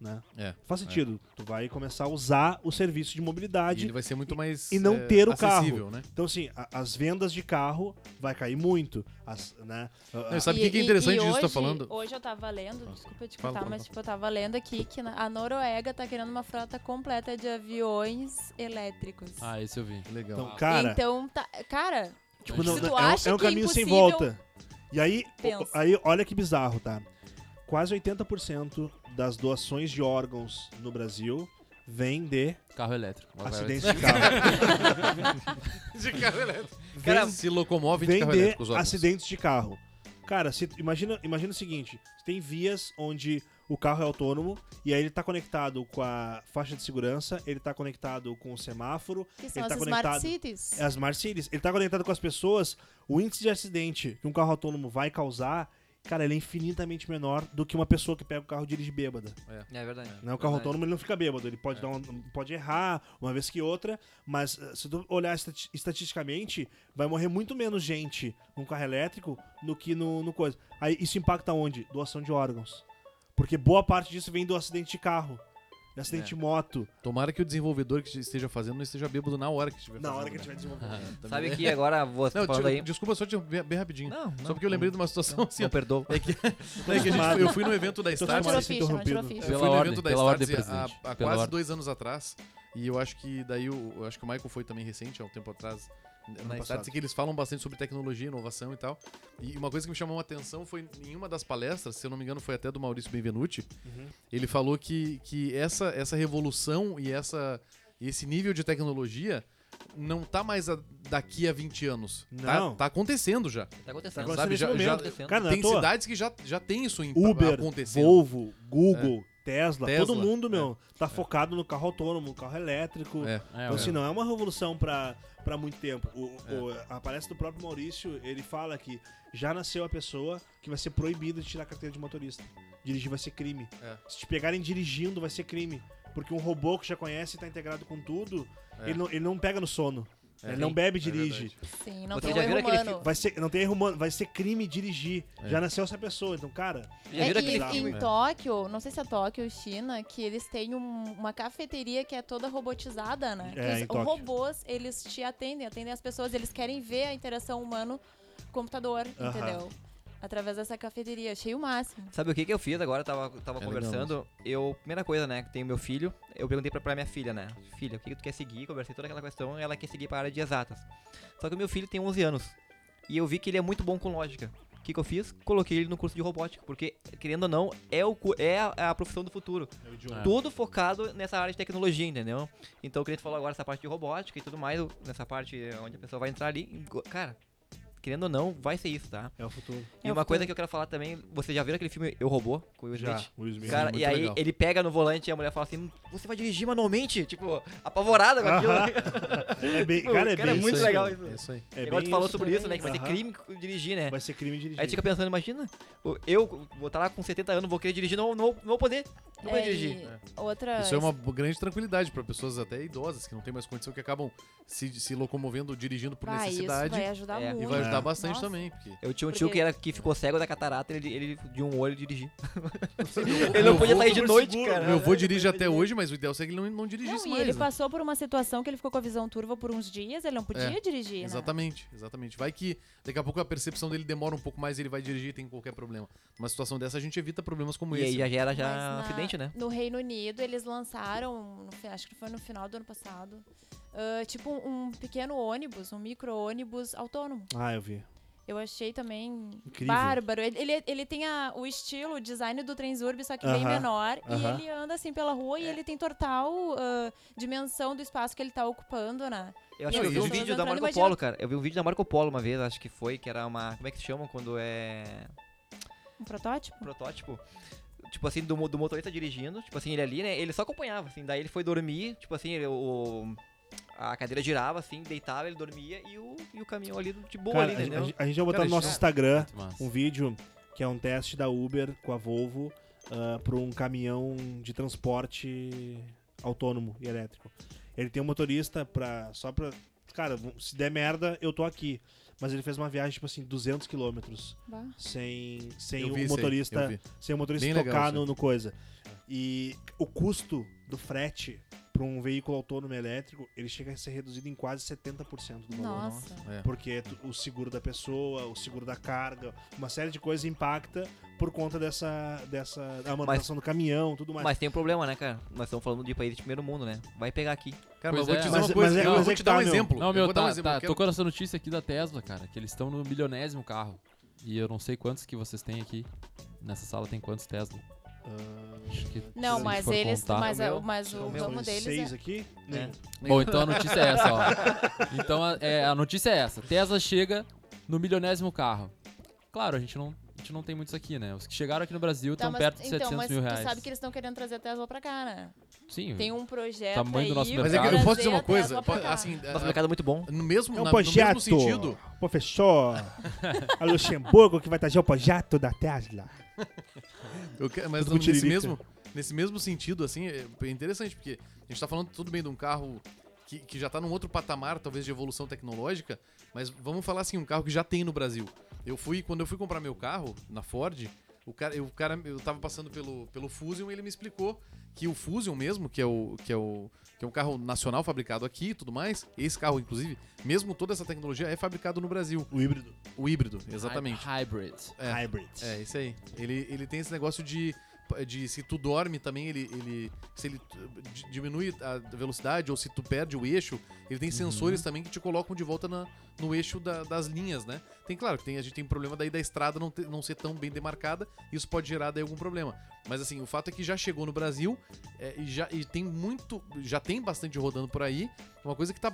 Speaker 1: né?
Speaker 2: É.
Speaker 1: Faz sentido. Tu vai começar a usar o serviço de
Speaker 2: E
Speaker 1: mobilidade
Speaker 2: ele vai ser muito mais.
Speaker 1: e não
Speaker 2: é,
Speaker 1: ter o carro.
Speaker 2: acessível, Né?
Speaker 1: então, assim, a- as vendas de carro vai cair muito. As, né? A-
Speaker 2: Não,
Speaker 1: a-
Speaker 2: e sabe o que, que é interessante
Speaker 7: e
Speaker 2: disso que
Speaker 7: hoje,
Speaker 2: tu tá falando?
Speaker 7: Hoje eu tava lendo, desculpa te
Speaker 2: Fala,
Speaker 7: cortar,
Speaker 2: fala,
Speaker 7: mas
Speaker 2: fala.
Speaker 7: tipo, eu tava lendo aqui que na- a Noruega tá querendo uma frota completa de aviões elétricos.
Speaker 6: ah, esse eu vi.
Speaker 2: Legal.
Speaker 1: então, cara,
Speaker 7: então, tá, cara,
Speaker 1: tipo, não-
Speaker 7: se tu
Speaker 1: é, um-
Speaker 7: acha
Speaker 1: é um
Speaker 7: que é
Speaker 1: caminho sem
Speaker 7: impossível,
Speaker 1: volta. E aí,
Speaker 7: pensa.
Speaker 1: o- aí, olha que bizarro, tá? Quase 80% das doações de órgãos no Brasil vem de
Speaker 6: Carro elétrico. Agora vai-
Speaker 1: acidentes de carro.
Speaker 2: de carro elétrico.
Speaker 1: Cara,
Speaker 2: Cara, se locomove de
Speaker 1: Vem
Speaker 2: carro
Speaker 1: de
Speaker 2: elétrico os órgãos.
Speaker 1: acidentes de carro. Cara, se, imagina, imagina o seguinte: tem vias onde o carro é autônomo e aí ele tá conectado com a faixa de segurança, ele tá conectado com o semáforo,
Speaker 7: que são
Speaker 1: ele
Speaker 7: as
Speaker 1: tá
Speaker 7: smart
Speaker 1: conectado-
Speaker 7: cities.
Speaker 1: É as Smart Cities. Ele tá conectado com as pessoas. O índice de acidente que um carro autônomo vai causar, cara, ele é infinitamente menor do que uma pessoa que pega o carro e dirige bêbada.
Speaker 5: É verdade.
Speaker 1: Né? O carro
Speaker 5: Verdade.
Speaker 1: autônomo ele não fica bêbado, ele
Speaker 2: É.
Speaker 1: pode, dar um- pode errar uma vez que outra, mas eh, se tu olhar estati- estatisticamente, vai morrer muito menos gente num carro elétrico do que no, no coisa. Aí isso impacta onde? Doação de órgãos. Porque boa parte disso vem do acidente de carro, do acidente
Speaker 2: É.
Speaker 1: de moto,
Speaker 2: Tomara que o desenvolvedor que esteja fazendo não esteja bêbado na hora que estiver
Speaker 1: na
Speaker 2: fazendo,
Speaker 1: hora que
Speaker 2: né?
Speaker 1: tiver desenvolvido.
Speaker 2: Também
Speaker 5: Sabe
Speaker 2: é.
Speaker 5: que agora você tá
Speaker 2: Não,
Speaker 5: falando
Speaker 2: tio,
Speaker 5: aí.
Speaker 2: desculpa só te bem, bem rapidinho.
Speaker 5: Não, não.
Speaker 2: Só porque eu lembrei de uma situação assim, ó.
Speaker 5: Não, perdoa.
Speaker 2: É que, é que a gente- eu fui no evento da
Speaker 1: Tô
Speaker 7: não
Speaker 1: acostumado
Speaker 2: Start.
Speaker 7: tirou
Speaker 1: a ser
Speaker 7: ficha, não tirou
Speaker 1: interrompido.
Speaker 2: Eu
Speaker 7: ficha.
Speaker 6: Pela
Speaker 2: fui no
Speaker 6: ordem,
Speaker 2: evento da
Speaker 6: pela ordem,
Speaker 2: Stars há,
Speaker 6: presidente.
Speaker 2: há
Speaker 6: Pela
Speaker 2: quase
Speaker 6: ordem.
Speaker 2: dois anos atrás. E eu acho que daí o- eu acho que o Michael foi também recente, há um tempo atrás. Na
Speaker 1: passado.
Speaker 2: Stats, que eles falam bastante sobre tecnologia, inovação e tal. E uma coisa que me chamou a atenção foi em uma das palestras, se eu não me engano, foi até do Maurício Benvenuti. Ele falou que, que essa, essa revolução e essa, esse nível de tecnologia não tá mais a- daqui a 20 anos. Tá-
Speaker 1: Não.
Speaker 2: tá acontecendo já.
Speaker 5: Tá acontecendo.
Speaker 1: Agora
Speaker 2: sabe,
Speaker 1: nesse
Speaker 2: já- um já-
Speaker 1: momento. Cara, não é à
Speaker 2: Tem
Speaker 1: toa.
Speaker 2: cidades que já, já tem isso em
Speaker 1: Uber,
Speaker 2: tá acontecendo. É.
Speaker 1: Volvo, Google, Tesla,
Speaker 2: Tesla,
Speaker 1: todo mundo, meu, tá focado no carro autônomo, no carro elétrico.
Speaker 2: É. É.
Speaker 6: É,
Speaker 1: Então, assim,
Speaker 6: é.
Speaker 1: não é uma revolução pra, pra muito tempo. O, o- a palestra do próprio Maurício, ele fala que já nasceu a pessoa que vai ser proibida de tirar a carteira de motorista. Dirigir vai ser crime.
Speaker 2: É.
Speaker 1: Se te pegarem dirigindo, vai ser crime. Porque um robô que já conhece e tá integrado com tudo,
Speaker 2: É.
Speaker 1: ele, não, ele não pega no sono.
Speaker 2: É.
Speaker 1: Ele não bebe e dirige.
Speaker 2: verdade.
Speaker 7: Sim, não
Speaker 5: Vocês
Speaker 7: tem
Speaker 5: já
Speaker 7: um erro
Speaker 5: viram aquele
Speaker 7: humano.
Speaker 1: vai ser, não tem erro humano, vai ser crime dirigir.
Speaker 2: É.
Speaker 1: Já nasceu essa pessoa. Então, cara,
Speaker 5: Já
Speaker 7: É
Speaker 5: viram
Speaker 7: que
Speaker 5: aquele
Speaker 7: em
Speaker 2: filme?
Speaker 7: Tóquio, não sei se é Tóquio ou China, que eles têm um- uma cafeteria que é toda robotizada, né? Que
Speaker 1: É,
Speaker 7: os
Speaker 1: em Tóquio.
Speaker 7: robôs, eles te atendem, atendem as pessoas, eles querem ver a interação humano-computador,
Speaker 1: Aham.
Speaker 7: entendeu? Através dessa cafeteria, achei o máximo.
Speaker 5: Sabe o que que eu fiz agora? Eu Tava, tava
Speaker 2: É
Speaker 5: conversando. eu, primeira coisa, né? que Tenho meu filho. Eu perguntei pra, pra minha filha, né? Filha, o que que tu quer seguir? Conversei toda aquela questão. Ela quer seguir pra área de exatas. Só que o meu filho tem 11 anos. E eu vi que ele é muito bom com lógica. O que que eu fiz? Coloquei ele no curso de robótica. Porque, querendo ou não, é, o, cu- é a, é a profissão do futuro.
Speaker 1: é o idioma.
Speaker 6: É.
Speaker 5: Tudo focado nessa área de tecnologia, entendeu? Então, o cliente falou agora essa parte de robótica e tudo mais. Nessa parte onde a pessoa vai entrar ali. Cara... querendo ou não, vai ser isso, tá?
Speaker 1: É o futuro.
Speaker 5: E
Speaker 7: É o
Speaker 5: uma coisa
Speaker 7: futuro.
Speaker 5: que eu quero falar também, você já viu aquele filme Eu Robô com o Will Smith?
Speaker 1: Will Smith.
Speaker 5: Cara,
Speaker 2: muito
Speaker 5: e aí
Speaker 2: legal.
Speaker 5: ele pega no volante e a mulher fala assim: Você vai dirigir manualmente? Tipo, apavorada com aquilo. né?
Speaker 1: Aham. É bem,
Speaker 5: Pô,
Speaker 1: cara, é
Speaker 5: cara, é
Speaker 1: bem
Speaker 5: muito
Speaker 1: isso.
Speaker 5: legal
Speaker 2: É
Speaker 5: isso.
Speaker 2: isso aí.
Speaker 1: É
Speaker 5: Igual
Speaker 1: bem
Speaker 5: tu falou
Speaker 1: isso.
Speaker 5: sobre isso, né? Que vai ser
Speaker 1: Aham.
Speaker 5: crime dirigir, né?
Speaker 1: Vai ser crime dirigir.
Speaker 5: Aí tu fica pensando, imagina, o- eu vou estar lá com 70 anos, vou querer dirigir, não, não, não vou poder. Não vou
Speaker 7: É,
Speaker 5: dirigir.
Speaker 7: e Outra. Ah,
Speaker 2: Isso é uma bo- grande tranquilidade pra pessoas até idosas que não têm mais condição, que acabam se, se locomovendo, dirigindo por
Speaker 7: Ah,
Speaker 2: necessidade.
Speaker 7: Isso vai ajudar
Speaker 5: É, e
Speaker 7: muito.
Speaker 2: E vai ajudar
Speaker 1: É.
Speaker 2: bastante
Speaker 7: Nossa.
Speaker 2: também. Porque
Speaker 5: Eu tinha um tio
Speaker 7: Porque-
Speaker 5: que, era, que ficou cego da catarata, ele, ele de um olho dirigir.
Speaker 2: ele
Speaker 5: Ele não podia
Speaker 1: avô
Speaker 5: sair de
Speaker 1: super
Speaker 5: noite,
Speaker 1: seguro,
Speaker 5: cara.
Speaker 2: Meu avô
Speaker 1: Ele
Speaker 2: dirige
Speaker 1: não
Speaker 2: até
Speaker 1: podia
Speaker 2: hoje, mas o ideal seria que ele não, não
Speaker 7: né? Não,
Speaker 2: dirigisse
Speaker 7: e
Speaker 2: mais.
Speaker 7: ele
Speaker 2: né?
Speaker 7: passou por uma situação que ele ficou com a visão turva por uns dias, ele não podia dirigir. né?
Speaker 2: Exatamente, exatamente. Vai que daqui a pouco a percepção dele demora um pouco mais e ele vai dirigir e tem qualquer problema. Numa situação dessa, a gente evita problemas como
Speaker 5: E aí
Speaker 2: esse.
Speaker 5: já
Speaker 6: é
Speaker 5: gera
Speaker 7: Mas
Speaker 5: já
Speaker 7: na-
Speaker 5: acidente, né?
Speaker 7: No Reino Unido, eles lançaram, no fi- acho que foi no final do ano passado, ah, tipo um pequeno ônibus, um micro-ônibus autônomo.
Speaker 1: Ah, eu vi.
Speaker 7: Eu achei também
Speaker 1: Incrível.
Speaker 7: bárbaro. Ele, ele, ele tem a- o estilo, o design do Transurb, só que bem
Speaker 1: Aham,
Speaker 7: menor. E
Speaker 1: aham.
Speaker 7: ele anda assim pela rua e ele tem total ah, dimensão do espaço que ele tá ocupando, né?
Speaker 5: Eu acho
Speaker 2: Não,
Speaker 5: que eu
Speaker 2: e
Speaker 5: vi um
Speaker 2: as
Speaker 5: vídeo
Speaker 7: pessoas
Speaker 5: da
Speaker 7: entrando,
Speaker 5: Marco
Speaker 7: imagina-
Speaker 5: Polo, cara. Eu vi um vídeo da Marco Polo uma vez, acho que foi, que era uma. Como é que se chamam quando é.
Speaker 7: Um protótipo.
Speaker 5: protótipo, tipo assim, do, mo- do motorista dirigindo, tipo assim, ele ali, né? Ele só acompanhava, assim, daí ele foi dormir, tipo assim, ele- o, a cadeira girava, assim, deitava, ele dormia e o, e o caminhão ali de boa
Speaker 1: Cara,
Speaker 5: ali,
Speaker 1: a, gente- a
Speaker 5: entendeu?
Speaker 1: gente- a gente vai botar
Speaker 2: Cara,
Speaker 1: no nosso
Speaker 2: isso-
Speaker 1: Instagram
Speaker 6: Muito massa.
Speaker 1: um vídeo que é um teste da Uber com a Volvo ah, pra um caminhão de transporte autônomo e elétrico. Ele tem um motorista pra. só pra. Cara, se der merda, eu tô aqui. Mas ele fez uma viagem, tipo assim, 200 quilômetros
Speaker 7: Bah.
Speaker 1: sem, sem
Speaker 2: Eu
Speaker 1: o
Speaker 2: vi isso aí,
Speaker 1: um motorista
Speaker 2: eu vi.
Speaker 1: sem o motorista
Speaker 2: Bem legal
Speaker 1: tocar
Speaker 2: isso
Speaker 1: no,
Speaker 2: aí.
Speaker 1: no coisa. E o custo do frete para um veículo autônomo elétrico, ele chega a ser reduzido em quase 70% do valor.
Speaker 7: Nossa.
Speaker 2: É.
Speaker 1: Porque tu- o seguro da pessoa, o seguro da carga, uma série de coisas impacta por conta dessa, dessa da manutenção do caminhão, tudo mais.
Speaker 5: Mas tem um problema, né, cara? Nós estamos falando de país de primeiro mundo, né? Vai pegar aqui.
Speaker 2: Cara, mas eu
Speaker 6: Pois
Speaker 2: vou te
Speaker 6: é.
Speaker 2: dizer
Speaker 1: Mas-
Speaker 2: uma coisa.
Speaker 1: mas é-
Speaker 2: eu
Speaker 1: mas
Speaker 2: vou
Speaker 1: é
Speaker 2: te
Speaker 1: que
Speaker 2: dar
Speaker 1: tá,
Speaker 2: um
Speaker 1: meu.
Speaker 2: exemplo.
Speaker 6: Não,
Speaker 2: Eu
Speaker 6: meu,
Speaker 2: vou dar um
Speaker 6: tá,
Speaker 2: exemplo.
Speaker 6: tá.
Speaker 2: eu quero-
Speaker 6: Tocou nessa notícia aqui da Tesla, cara, que eles estão no milionésimo carro. E eu não sei quantos que vocês têm aqui. Nessa sala tem quantos Tesla?
Speaker 1: Ah,
Speaker 6: Acho que
Speaker 7: Não,
Speaker 6: se
Speaker 7: mas
Speaker 6: for
Speaker 7: eles.
Speaker 6: contar-
Speaker 7: Mas,
Speaker 5: É o
Speaker 7: a-
Speaker 5: meu-
Speaker 7: mas
Speaker 5: é
Speaker 7: o
Speaker 5: o meu.
Speaker 7: ramo
Speaker 1: São
Speaker 7: deles.
Speaker 1: Então, um seis
Speaker 7: é-
Speaker 1: aqui? Né?
Speaker 5: É.
Speaker 6: Bom, então a notícia é essa, ó. Então a, é, a notícia é essa. Tesla chega no milionésimo carro. Claro, a gente não, a gente não tem muitos aqui, né? Os que chegaram aqui no Brasil
Speaker 7: Tá,
Speaker 6: estão
Speaker 7: mas-
Speaker 6: perto de
Speaker 7: então,
Speaker 6: 700
Speaker 7: mas
Speaker 6: mil reais.
Speaker 7: tu sabe que eles estão querendo trazer a Tesla pra cá, né?
Speaker 6: Sim,
Speaker 7: Tem um projeto
Speaker 6: Tamanho
Speaker 7: aí
Speaker 6: do nosso
Speaker 7: pra
Speaker 2: Mas é
Speaker 6: mercado.
Speaker 2: que eu
Speaker 7: trazer
Speaker 2: posso dizer
Speaker 7: a
Speaker 2: uma coisa.
Speaker 7: Tesla pra
Speaker 2: po-
Speaker 7: cá.
Speaker 2: Assim,
Speaker 5: Nosso
Speaker 2: ah,
Speaker 5: mercado é muito bom.
Speaker 2: no mesmo
Speaker 1: É um
Speaker 2: na- no
Speaker 1: projeto,
Speaker 2: mesmo sentido.
Speaker 1: professor a Luxemburgo que vai trazer o projeto da Tesla.
Speaker 2: Eu que- mas
Speaker 1: Tudo
Speaker 2: no-
Speaker 1: com
Speaker 2: nesse
Speaker 1: tiririca.
Speaker 2: mesmo, nesse mesmo sentido, assim, é é interessante, porque a gente tá falando tudo bem de um carro que, que já tá num outro patamar, talvez, de evolução tecnológica, mas vamos falar assim, um carro que já tem no Brasil. Eu fui, quando eu fui comprar meu carro na Ford, o cara, eu, o cara, eu tava passando pelo, pelo Fusion e ele me explicou que o Fusion mesmo, que é o, que é o que é um carro nacional fabricado aqui e tudo mais, esse carro, inclusive, mesmo toda essa tecnologia, é fabricado no Brasil.
Speaker 1: O híbrido.
Speaker 2: O híbrido, exatamente.
Speaker 6: Hy- Hybrid.
Speaker 2: É.
Speaker 1: Hybrid.
Speaker 2: É, isso aí. Ele, ele tem esse negócio de, de se tu dorme também, ele, ele se ele tu- di- diminui a velocidade ou se tu perde o eixo, ele tem sensores também que te colocam de volta na- no eixo da- das linhas, né? Tem claro que tem, a gente tem problema daí da estrada não, ter- não ser tão bem demarcada, isso pode gerar daí algum problema. Mas assim, o fato é que já chegou no Brasil é, e já e tem muito, já tem bastante rodando por aí, uma coisa que tá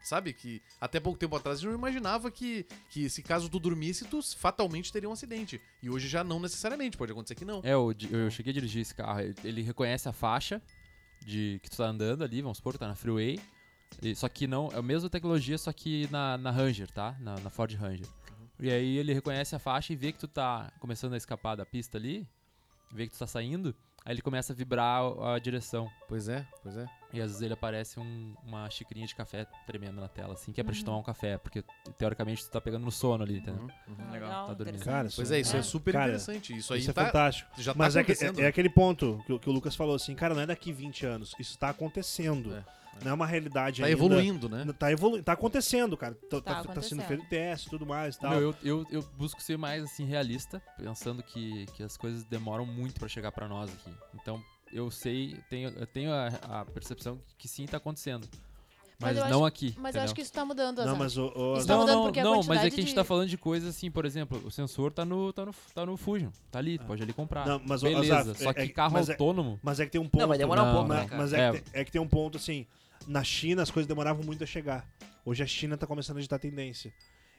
Speaker 2: Sabe que até pouco tempo atrás eu não imaginava que, que se caso tu dormisse, tu fatalmente teria um acidente. E hoje já não necessariamente, pode acontecer que não.
Speaker 6: É, eu, di- eu cheguei a dirigir esse carro. Ele- Ele reconhece a faixa de que tu tá andando ali, vamos supor, tu tá na freeway. E- só que não, é a mesma tecnologia, só que na, na Ranger, tá? Na, na Ford Ranger. E aí ele reconhece a faixa e vê que tu tá começando a escapar da pista ali, vê que tu tá saindo, aí ele começa a vibrar a, a direção.
Speaker 2: Pois é, pois é.
Speaker 6: E às vezes ele aparece um- uma xicrinha de café tremendo na tela, assim, que é pra te tomar um café, porque teoricamente tu tá pegando no sono ali, entendeu?
Speaker 7: Ah,
Speaker 5: Legal,
Speaker 7: legal,
Speaker 6: tá dormindo.
Speaker 7: interessante.
Speaker 1: Cara,
Speaker 2: Pois é, isso é,
Speaker 7: É.
Speaker 2: super
Speaker 1: Cara,
Speaker 2: interessante. Isso aí
Speaker 1: Isso é
Speaker 2: tá,
Speaker 1: fantástico.
Speaker 2: já tá
Speaker 1: Mas é, que-
Speaker 2: acontecendo.
Speaker 1: é- é aquele ponto que, o- que o Lucas falou assim, cara, não é daqui 20 anos, isso tá acontecendo.
Speaker 2: É,
Speaker 1: Não é uma realidade
Speaker 2: tá
Speaker 1: ainda.
Speaker 2: evoluindo, né?
Speaker 1: N- Tá, evolu tá acontecendo, cara. Tá, tá- tá
Speaker 7: acontecendo.
Speaker 1: sendo feito teste tudo mais e tal.
Speaker 6: Meu, eu, eu, eu busco ser mais assim realista, pensando que, que as coisas demoram muito pra chegar pra nós aqui. Então eu sei, tenho, eu tenho a, a percepção que sim tá acontecendo. Mas,
Speaker 7: Mas eu
Speaker 6: não aqui.
Speaker 7: Mas eu acho que isso tá mudando,
Speaker 1: não,
Speaker 7: Azar.
Speaker 1: mas o, o-
Speaker 7: Isso tá
Speaker 6: não,
Speaker 7: mudando
Speaker 6: não,
Speaker 7: porque a
Speaker 6: não, mas é
Speaker 7: quantidade
Speaker 6: que a gente
Speaker 7: de-
Speaker 6: tá falando de coisas assim, por exemplo, o sensor tá no tá no, tá no Fusion, tá ali, tu
Speaker 1: Ah.
Speaker 6: pode ali comprar.
Speaker 1: não, mas o- o-
Speaker 6: Beleza,
Speaker 1: Zaf,
Speaker 6: só
Speaker 1: é-
Speaker 6: que
Speaker 1: é-
Speaker 6: carro
Speaker 1: mas é,
Speaker 6: autônomo.
Speaker 1: mas é que tem um ponto.
Speaker 5: vai demorar um
Speaker 1: Não,
Speaker 5: pouco,
Speaker 1: mas-
Speaker 5: né, cara?
Speaker 1: Mas é,
Speaker 6: É.
Speaker 1: Que tem, é que tem um ponto assim. Na China as coisas demoravam muito a chegar. Hoje a China tá começando a ditar tendência.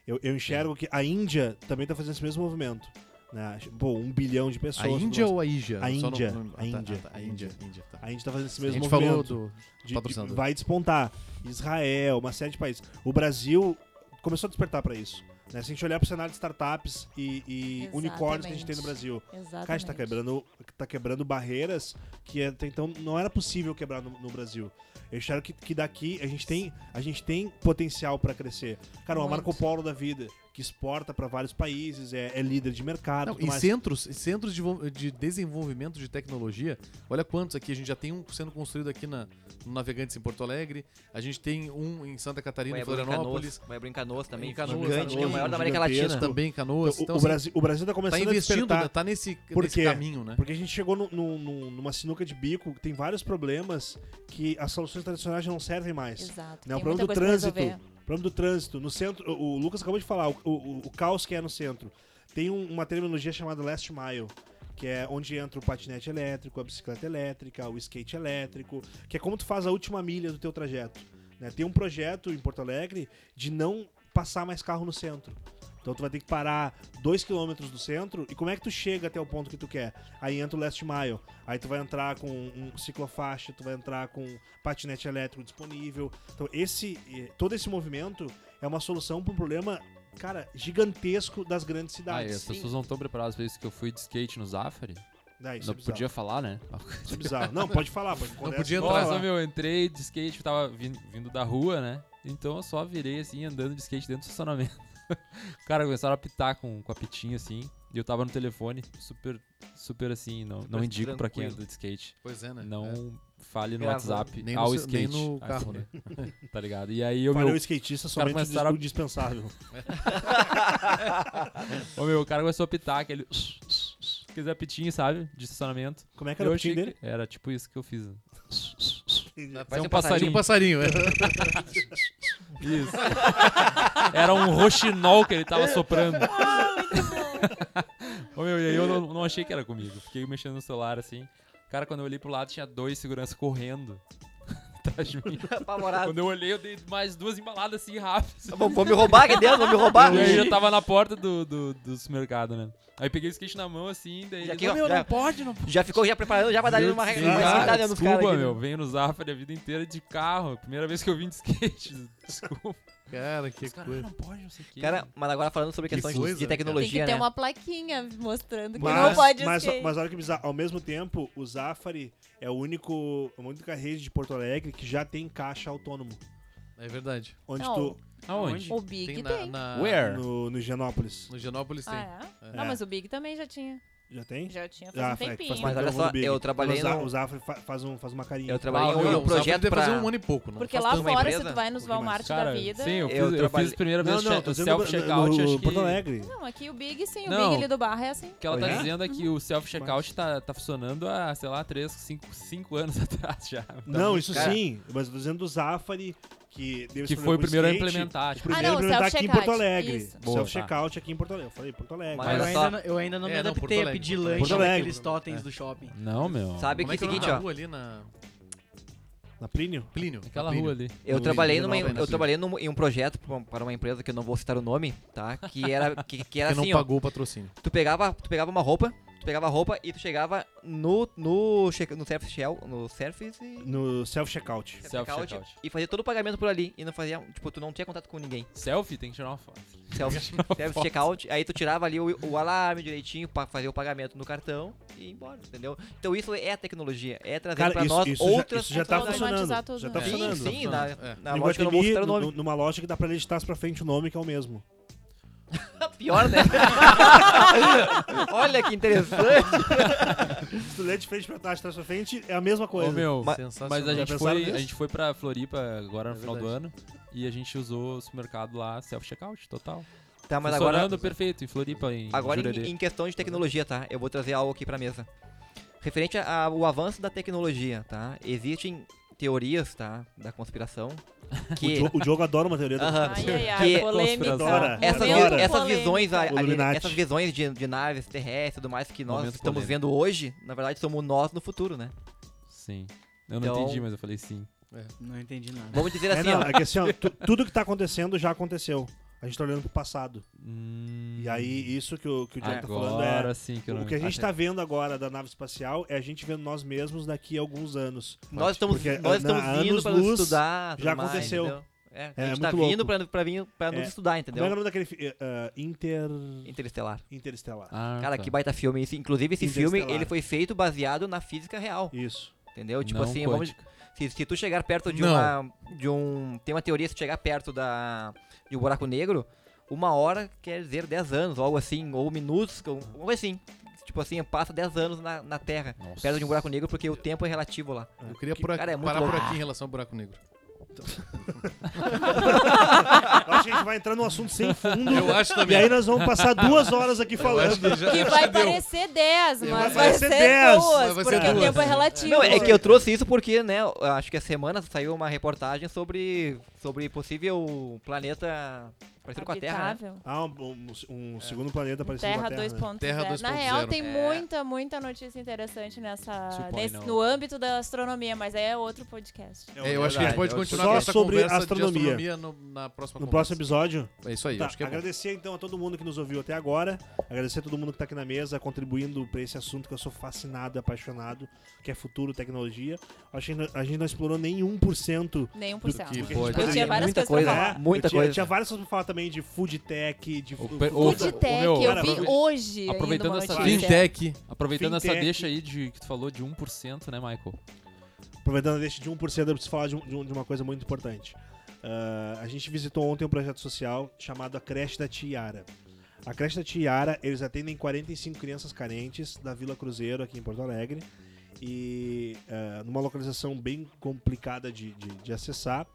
Speaker 1: Eu, eu enxergo que a Índia também tá fazendo esse mesmo movimento. Né? Pô, um bilhão de
Speaker 2: A
Speaker 1: pessoas.
Speaker 2: Índia ou a Índia?
Speaker 1: A
Speaker 2: Só
Speaker 1: Índia,
Speaker 2: no-
Speaker 1: a Índia,
Speaker 2: Ah, tá, a Índia. Índia, tá.
Speaker 1: A Índia tá fazendo esse
Speaker 2: A
Speaker 1: mesmo
Speaker 2: gente falou
Speaker 1: movimento.
Speaker 2: do.
Speaker 1: de- de,
Speaker 2: patrocinador.
Speaker 1: vai despontar. Israel, uma série de países. O Brasil começou a despertar pra isso. Né? Se a gente olhar pro cenário de startups e, e unicórnios que a gente tem no
Speaker 7: Exatamente.
Speaker 1: Brasil,
Speaker 7: Exatamente.
Speaker 1: cara, a gente tá quebrando, tá quebrando barreiras que até então não era possível quebrar no, no Brasil. Eu espero que, que daqui a gente tem, a gente tem potencial pra crescer. Cara, uma
Speaker 7: Muito.
Speaker 1: Marco Polo da vida, que exporta pra vários países, é, é líder de mercado.
Speaker 2: Não,
Speaker 1: tudo
Speaker 2: e
Speaker 1: mais.
Speaker 2: centros, e centros de, vo- de desenvolvimento de tecnologia, olha quantos aqui. A gente já tem um sendo construído aqui na, no Navegantes em Porto Alegre, a gente tem um em Santa Catarina, em
Speaker 5: Vai abrir em
Speaker 2: Florianópolis,
Speaker 5: Canoas, vai abrir em Canoas também.
Speaker 2: Em Canoas,
Speaker 5: gigante, que é
Speaker 1: Canoas,
Speaker 5: o maior da América
Speaker 1: gigantesco.
Speaker 5: Latina.
Speaker 2: também em Canoas.
Speaker 1: Então,
Speaker 2: Então,
Speaker 1: o,
Speaker 2: assim,
Speaker 1: Brasil, o Brasil tá
Speaker 2: tá
Speaker 1: começando a
Speaker 2: investindo,
Speaker 1: despertar.
Speaker 2: né? tá nesse,
Speaker 1: Por
Speaker 2: nesse
Speaker 1: quê?
Speaker 2: caminho, né?
Speaker 1: Porque a gente chegou num- num- num- numa sinuca de bico, que tem vários problemas que as soluções tradicionais já não servem mais.
Speaker 7: Exato.
Speaker 1: Né, o
Speaker 7: Tem
Speaker 1: problema
Speaker 7: muita
Speaker 1: do
Speaker 7: coisa pra
Speaker 1: trânsito.
Speaker 7: resolver.
Speaker 1: O problema do trânsito. No centro, o, o Lucas acabou de falar, o, o- o caos que é no centro. Tem um- uma terminologia chamada last mile, que é onde entra o patinete elétrico, a bicicleta elétrica, o skate elétrico, que é como tu faz a última milha do teu trajeto. né? Tem um projeto em Porto Alegre de não passar mais carro no centro. Então tu vai ter que parar dois quilômetros do centro e como é que tu chega até o ponto que tu quer? Aí entra o last mile. Aí tu vai entrar com um ciclofaixa, tu vai entrar com patinete elétrico disponível. Então esse eh, todo esse movimento é uma solução para um problema, cara, gigantesco das grandes
Speaker 6: Ah, e as
Speaker 1: cidades.
Speaker 6: pessoas não estão preparadas pra isso que eu fui de skate no Zafari.
Speaker 1: Daí, isso
Speaker 6: Não
Speaker 1: é bizarro.
Speaker 6: podia falar, né?
Speaker 1: Isso é bizarro. Não, pode falar, pode
Speaker 2: Não podia
Speaker 1: conversa,
Speaker 2: entrar
Speaker 1: pode
Speaker 6: Nossa,
Speaker 1: falar.
Speaker 6: meu, eu entrei de skate, eu tava vin- vindo, da rua, né? Então eu só virei assim, andando de skate dentro do estacionamento. Cara, começaram a pitar com, com a pitinha assim. E eu tava no telefone, super, super assim, não, não indico pra quem
Speaker 5: tranquilo.
Speaker 6: anda de skate.
Speaker 2: Pois é, né? É.
Speaker 6: Não fale no
Speaker 5: Gravando.
Speaker 6: WhatsApp
Speaker 2: Nem no
Speaker 6: ao
Speaker 2: seu- nem
Speaker 6: skate.
Speaker 2: no carro,
Speaker 6: assim,
Speaker 2: né?
Speaker 6: Tá ligado? E aí eu,
Speaker 1: Falei
Speaker 6: meu,
Speaker 1: o skatista
Speaker 6: caras
Speaker 1: somente o
Speaker 6: começaram a-
Speaker 1: dis- o dispensável.
Speaker 6: ô, meu, o cara começou a pitar, aquele. Quer dizer, pitinho, sabe? De estacionamento.
Speaker 1: Como é que era o
Speaker 6: Eu
Speaker 1: pitinho
Speaker 6: achei
Speaker 1: dele?
Speaker 6: que Era tipo isso que eu fiz. né? É
Speaker 5: Vai ser
Speaker 6: um
Speaker 2: Tinha
Speaker 6: passarinho.
Speaker 2: um passarinho, é.
Speaker 6: Isso. Era um roxinol que ele tava soprando. Ah, Ô, meu, e aí eu não, não achei que era comigo. Fiquei mexendo no celular assim. Cara, quando eu olhei pro lado, tinha dois seguranças correndo atrás de mim.
Speaker 5: Apavorado.
Speaker 6: Quando eu olhei, eu dei mais duas embaladas assim rápido.
Speaker 5: Vão vão me roubar, que Deus, vão me roubar.
Speaker 6: E aí eu já tava na porta do, do, do supermercado, né? Aí peguei o skate na mão assim, daí.
Speaker 5: Já
Speaker 6: eles,
Speaker 5: que-
Speaker 6: "Ô, meu,
Speaker 5: já-
Speaker 6: não pode, não pode.
Speaker 5: Já ficou já preparando, já vai dar uma regra.
Speaker 1: Sim,
Speaker 5: uma
Speaker 1: cara,
Speaker 5: regra nos caras
Speaker 6: desculpa,
Speaker 5: aqui.
Speaker 6: meu. Venho no Zafari a vida inteira de carro. Primeira vez que eu vim de skate. Desculpa.
Speaker 2: Cara, que
Speaker 6: Os caras, "Ah,
Speaker 2: coisa.
Speaker 6: não pode, não sei o que.
Speaker 5: Cara, mas agora falando sobre
Speaker 2: Que
Speaker 5: questões
Speaker 2: coisa,
Speaker 5: de
Speaker 2: cara.
Speaker 7: Tem que
Speaker 5: tecnologia,
Speaker 7: ter
Speaker 5: né?
Speaker 7: uma plaquinha mostrando que
Speaker 1: Mas,
Speaker 7: não pode
Speaker 1: mas,
Speaker 7: skate.
Speaker 1: mas olha que bizarro. Ao mesmo tempo, o Zafari é o único, a única rede de Porto Alegre que já tem caixa autônomo.
Speaker 2: É verdade.
Speaker 1: Onde
Speaker 7: Não,
Speaker 1: tu.
Speaker 6: Aonde?
Speaker 7: O Big tem.
Speaker 2: na, na-
Speaker 6: Where?
Speaker 1: No, no Genópolis.
Speaker 2: No Genópolis tem.
Speaker 7: Ah, é?
Speaker 2: É.
Speaker 7: Não, mas o Big também já tinha.
Speaker 1: Já tem?
Speaker 7: Já tinha
Speaker 1: Ah,
Speaker 7: faz um
Speaker 1: faz- faz
Speaker 7: tempinho.
Speaker 1: tempo.
Speaker 5: Mas olha só,
Speaker 1: Big.
Speaker 5: eu trabalhei
Speaker 1: O Za-
Speaker 5: no-
Speaker 1: O Zafari fa- faz, um, faz uma carinha.
Speaker 5: Eu trabalhei
Speaker 6: Ah,
Speaker 5: em
Speaker 6: não,
Speaker 5: um
Speaker 2: o Zafari
Speaker 5: projeto
Speaker 2: deve fazer
Speaker 5: pra...
Speaker 2: um ano e pouco, né?
Speaker 7: Porque
Speaker 5: Nós
Speaker 7: lá
Speaker 5: temos
Speaker 7: fora,
Speaker 5: uma
Speaker 7: se
Speaker 5: empresa?
Speaker 7: tu vai nos
Speaker 1: Um pouquinho mais.
Speaker 7: Walmart da
Speaker 6: Cara,
Speaker 7: vida...
Speaker 6: Sim, eu
Speaker 5: Eu
Speaker 6: fiz, eu
Speaker 5: trabalhei-
Speaker 6: fiz a primeira
Speaker 1: Não,
Speaker 6: vez
Speaker 1: não, tô
Speaker 6: che-
Speaker 1: dizendo no-
Speaker 6: self-checkout,
Speaker 1: no,
Speaker 6: acho
Speaker 1: no
Speaker 6: que...
Speaker 1: Porto Alegre.
Speaker 7: Não, aqui o Big sim, o
Speaker 6: Não.
Speaker 7: Big ali do Barra é assim.
Speaker 6: O que ela tá
Speaker 1: Oi, é?
Speaker 6: dizendo é que o self-checkout tá, tá funcionando há, sei lá, 3, 5, 5 anos atrás já. Tá
Speaker 1: Não,
Speaker 6: muito-
Speaker 1: isso
Speaker 5: cara.
Speaker 1: sim. Mas eu tô dizendo do Zafari, que deve
Speaker 6: Que foi o primeiro a implementar.
Speaker 1: O
Speaker 6: tipo,
Speaker 1: primeiro
Speaker 7: Ah,
Speaker 1: a
Speaker 7: não,
Speaker 1: implementar aqui em
Speaker 7: self-checkout.
Speaker 1: Porto Alegre.
Speaker 7: Isso.
Speaker 1: O
Speaker 6: Boa,
Speaker 1: Self-checkout aqui em Porto Alegre. Eu falei Porto Alegre.
Speaker 5: Mas
Speaker 4: Mas
Speaker 5: olha
Speaker 4: eu
Speaker 5: só.
Speaker 4: ainda, não- eu ainda não
Speaker 2: É,
Speaker 4: me
Speaker 2: não, Porto
Speaker 4: adaptei a
Speaker 2: Alegre,
Speaker 4: pedir
Speaker 2: Porto É.
Speaker 1: Alegre.
Speaker 4: lanche
Speaker 1: Porto Alegre.
Speaker 4: naqueles totens do shopping.
Speaker 6: Não, meu.
Speaker 5: Sabe
Speaker 2: Como
Speaker 5: que
Speaker 2: é
Speaker 5: é
Speaker 2: que é o
Speaker 5: seguinte,
Speaker 2: nome da
Speaker 5: ó.
Speaker 2: rua ali na
Speaker 1: Na Plínio?
Speaker 2: Plínio?
Speaker 6: Aquela
Speaker 2: na Plínio.
Speaker 6: rua ali.
Speaker 5: Eu
Speaker 1: No
Speaker 5: trabalhei,
Speaker 1: Rio de
Speaker 5: numa,
Speaker 1: Janeiro,
Speaker 5: eu
Speaker 1: né?
Speaker 5: trabalhei num- em um projeto pra- para uma empresa que eu não vou citar o nome, tá? Que era, que, que era
Speaker 2: que
Speaker 5: assim,
Speaker 2: não
Speaker 5: ó.
Speaker 2: pagou o patrocínio.
Speaker 5: Tu pegava, tu pegava uma roupa, tu pegava a roupa e tu chegava no, no, check- no service shell, no service
Speaker 1: No self-checkout.
Speaker 5: checkout
Speaker 6: Self-checkout.
Speaker 5: e fazia todo o pagamento por ali. E não fazia, tipo, tu não tinha contato com ninguém.
Speaker 6: Selfie tem que tirar uma foto.
Speaker 5: Self- Self-checkout, aí tu tirava ali o, o alarme direitinho pra fazer o pagamento no cartão e ir embora, entendeu? Então isso é a tecnologia, é trazer
Speaker 1: Cara,
Speaker 5: pra
Speaker 1: isso,
Speaker 5: nós
Speaker 1: isso já,
Speaker 5: outras
Speaker 1: isso já tá
Speaker 7: funcionalidades. Automatizar
Speaker 1: funcionando.
Speaker 7: tudo,
Speaker 1: Já tá
Speaker 2: né?
Speaker 5: Sim,
Speaker 1: funcionando.
Speaker 5: sim,
Speaker 2: tá
Speaker 5: na,
Speaker 2: funcionando. É.
Speaker 5: na
Speaker 1: Em
Speaker 5: loja que eu não vou
Speaker 1: Guatemi,
Speaker 5: citar o
Speaker 1: nu-
Speaker 5: nome.
Speaker 1: nu- numa loja que dá pra listar pra frente o nome, que é o mesmo.
Speaker 5: Pior, né? Olha que interessante.
Speaker 1: Se tu lê de frente pra trás, trás pra frente, é a mesma
Speaker 6: Ô,
Speaker 1: coisa.
Speaker 6: meu.
Speaker 5: Mas-
Speaker 2: Sensacional.
Speaker 6: Mas a gente,
Speaker 1: pensaram
Speaker 6: foi,
Speaker 1: nisso?
Speaker 6: a gente foi pra Floripa agora no
Speaker 1: É
Speaker 6: final do ano e a gente usou o supermercado lá, self-checkout, total.
Speaker 1: Ah,
Speaker 5: Tá, mas
Speaker 6: Funcionando
Speaker 5: agora,
Speaker 6: perfeito, em Floripa, em
Speaker 5: agora
Speaker 6: Jurerê.
Speaker 5: em, em questão de tecnologia, tá? Eu vou trazer algo aqui pra mesa. Referente a- ao avanço da tecnologia, tá? Existem teorias, tá? Da conspiração.
Speaker 1: O
Speaker 5: Que
Speaker 1: Diogo- O Diogo adora uma teoria da
Speaker 5: Aham.
Speaker 1: conspiração.
Speaker 7: Ai, ai, ai,
Speaker 5: Que-
Speaker 7: polêmica.
Speaker 1: Dora,
Speaker 7: Momento
Speaker 5: essas,
Speaker 1: Agora.
Speaker 5: vi- essas
Speaker 7: polêmica.
Speaker 5: visões, a- ali-
Speaker 1: Illuminati.
Speaker 5: essas visões de, de naves terrestres e tudo mais que nós
Speaker 6: Momento
Speaker 5: estamos
Speaker 6: polêmico.
Speaker 5: vendo hoje, na verdade, somos nós no futuro, né?
Speaker 6: Sim. Eu não
Speaker 5: Então-
Speaker 6: entendi, mas eu falei sim.
Speaker 4: Não entendi nada.
Speaker 5: Vamos dizer
Speaker 1: É,
Speaker 5: assim,
Speaker 1: não,
Speaker 5: ó.
Speaker 1: é que assim, ó, tu- tudo que tá acontecendo já aconteceu. A gente tá olhando pro passado.
Speaker 6: Hum,
Speaker 1: E aí, isso que o, que o John tá falando é.
Speaker 6: Agora sim que eu não
Speaker 1: O Uhum. que a gente
Speaker 5: acho-
Speaker 1: tá vendo agora da nave espacial é a gente vendo nós mesmos daqui a alguns anos.
Speaker 5: Nós estamos,
Speaker 1: Porque,
Speaker 5: nós
Speaker 1: na-
Speaker 5: estamos
Speaker 1: há
Speaker 5: vindo
Speaker 1: anos
Speaker 5: para
Speaker 1: luz,
Speaker 5: nos estudar. tudo
Speaker 1: já
Speaker 5: mais,
Speaker 1: aconteceu.
Speaker 5: entendeu? É,
Speaker 1: É,
Speaker 5: a gente tá
Speaker 1: muito louco.
Speaker 5: vindo pra, pra, vir, pra nos
Speaker 1: É.
Speaker 5: estudar,
Speaker 1: Como é que é o
Speaker 5: entendeu?
Speaker 1: nome daquele. fi- eh, ah, Inter.
Speaker 5: Interestelar.
Speaker 1: Interestelar.
Speaker 6: Ah,
Speaker 5: Cara,
Speaker 6: tá.
Speaker 5: que baita filme. Esse- Inclusive, esse filme
Speaker 1: Interestelar.
Speaker 5: ele foi feito baseado na física real,
Speaker 1: Isso.
Speaker 5: entendeu? Tipo
Speaker 6: Não
Speaker 5: assim,
Speaker 6: pode.
Speaker 5: vamos, se, se tu chegar perto de
Speaker 2: Não.
Speaker 5: uma. De um. Tem uma teoria, se tu chegar perto da, de um buraco negro, uma hora quer dizer 10 anos, ou algo assim, ou minutos, ou ou algo assim. Tipo assim, passa 10 anos na, na Terra,
Speaker 6: Nossa.
Speaker 5: perto de um buraco negro, porque o tempo é relativo lá.
Speaker 2: Eu queria por aqui-
Speaker 5: cara, é muito
Speaker 2: parar por
Speaker 5: louco.
Speaker 2: aqui em relação ao buraco negro.
Speaker 1: Eu acho que a gente vai entrar num assunto sem fundo.
Speaker 2: Eu acho
Speaker 1: E
Speaker 2: também.
Speaker 1: aí nós vamos passar duas horas aqui falando.
Speaker 7: Que vai parecer 10,
Speaker 2: Vai
Speaker 7: mas vai
Speaker 1: parecer
Speaker 7: ser
Speaker 1: 10,
Speaker 7: duas,
Speaker 2: mas vai ser
Speaker 7: porque o
Speaker 2: duas.
Speaker 7: tempo é relativo.
Speaker 5: Não, é que eu trouxe isso porque, né, eu acho que a semana saiu uma reportagem sobre, sobre possível planeta parecido com a Terra. né?
Speaker 7: Habitável.
Speaker 1: Ah, um, um- um segundo planeta parecido com
Speaker 7: Terra
Speaker 1: a Terra. né?
Speaker 7: 2.0.
Speaker 2: Terra
Speaker 7: Na
Speaker 2: 2.0.
Speaker 7: real, tem
Speaker 5: É.
Speaker 7: muita, muita notícia interessante nessa,
Speaker 6: Suponho
Speaker 7: nesse-
Speaker 6: não.
Speaker 7: no âmbito da astronomia, mas aí é outro podcast.
Speaker 2: É, eu acho que a gente
Speaker 5: Verdade,
Speaker 2: pode
Speaker 5: eu-
Speaker 2: continuar
Speaker 1: Só
Speaker 2: com essa
Speaker 1: sobre
Speaker 2: conversa
Speaker 1: astronomia.
Speaker 2: de astronomia no, na próxima
Speaker 1: No
Speaker 2: conversa.
Speaker 1: próximo episódio.
Speaker 2: É isso aí,
Speaker 1: Tá,
Speaker 2: acho que é bom.
Speaker 1: agradecer então a todo mundo que nos ouviu até agora. Agradecer a todo mundo que tá aqui na mesa, contribuindo pra esse assunto que eu sou fascinado, e apaixonado, que é futuro, tecnologia. Acho que não- a gente não explorou nem 1%.
Speaker 7: Nenhum por
Speaker 1: Do
Speaker 7: cento.
Speaker 2: que
Speaker 1: gente
Speaker 2: pode.
Speaker 1: poderia.
Speaker 7: Eu tinha várias
Speaker 5: Muita
Speaker 7: coisas pra
Speaker 5: coisa.
Speaker 7: falar.
Speaker 1: né?
Speaker 5: muita
Speaker 1: eu tinha,
Speaker 5: coisa.
Speaker 1: Tinha várias coisas pra falar também de food tech, de
Speaker 6: O
Speaker 1: fu- futuro-
Speaker 6: pe- o-
Speaker 7: Foodtech,
Speaker 6: meu,
Speaker 7: eu
Speaker 1: cara,
Speaker 7: vi
Speaker 1: vamos-
Speaker 7: hoje ainda
Speaker 6: aproveitando
Speaker 7: uma
Speaker 6: essa
Speaker 7: notícia.
Speaker 2: Fintech.
Speaker 6: Aproveitando essa
Speaker 1: Fintech.
Speaker 6: deixa aí de que tu falou de 1%, né, Michael?
Speaker 1: Aproveitando deste de 1%, eu preciso falar de, um- de um- de uma coisa muito importante. Ah, a gente visitou ontem um projeto social chamado A Creche da Tiara. A Creche da Tiara, eles atendem 45 crianças carentes da Vila Cruzeiro, aqui em Porto Alegre. E ah, numa localização bem complicada de, de- de acessar.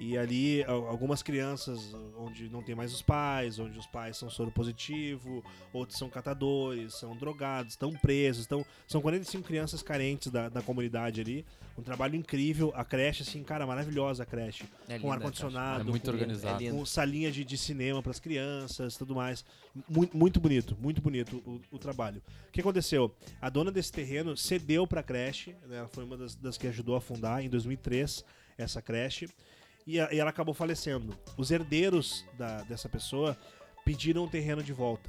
Speaker 1: E ali, al- algumas crianças onde não tem mais os pais, onde os pais são soro positivo, outros são catadores, são drogados, estão presos. Estão... São 45 crianças carentes da- da comunidade ali um trabalho incrível, a creche, assim, cara, maravilhosa a creche. com
Speaker 5: É linda,
Speaker 1: um ar-condicionado,
Speaker 6: É muito
Speaker 1: com,
Speaker 6: organizado.
Speaker 5: lindo.
Speaker 1: com salinha de, de cinema para as crianças tudo mais. Muito, muito bonito, muito bonito o, o trabalho. O que aconteceu? A dona desse terreno cedeu para a creche, né, ela foi uma das, das que ajudou a fundar em 2003 essa creche, e, a- e ela acabou falecendo. Os herdeiros da- dessa pessoa pediram o terreno de volta.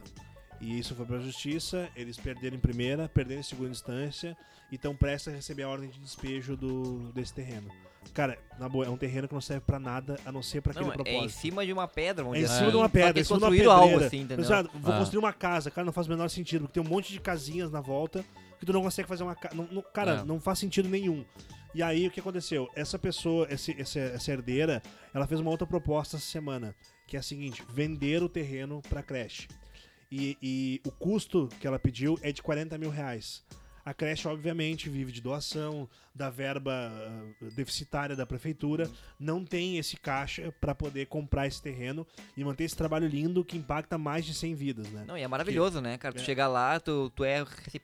Speaker 1: E isso foi para a justiça, eles perderam em primeira, perderam em segunda instância, e estão prestes a receber a ordem de despejo do, desse terreno. Cara, na boa, é um terreno que não serve pra nada, a não ser pra aquele
Speaker 5: Não, é em
Speaker 1: propósito.
Speaker 5: cima de uma pedra, vamos
Speaker 1: É em
Speaker 5: dizer
Speaker 1: cima
Speaker 5: assim.
Speaker 1: de uma
Speaker 5: Só que
Speaker 1: pedra, em
Speaker 5: eles
Speaker 1: cima de uma
Speaker 5: construíram algo
Speaker 1: pedreira.
Speaker 5: assim, entendeu?
Speaker 1: Mas, ah, vou
Speaker 6: Ah.
Speaker 1: construir uma casa, cara, não faz o menor sentido, porque tem um monte de casinhas na volta que tu não consegue fazer uma casa. cara,
Speaker 6: É.
Speaker 1: não faz sentido nenhum. E aí, o que aconteceu? Essa pessoa, esse- essa, essa herdeira, ela fez uma outra proposta essa semana, que é a seguinte: vender o terreno pra creche. E, e o custo que ela pediu é de 40 mil reais. A creche, obviamente, vive de doação, da verba ah, deficitária da prefeitura, não tem esse caixa pra poder comprar esse terreno e manter esse trabalho lindo que impacta mais de 100 vidas, né?
Speaker 5: Não, e é maravilhoso, né, cara? Tu
Speaker 1: É.
Speaker 5: chega lá, tu, tu é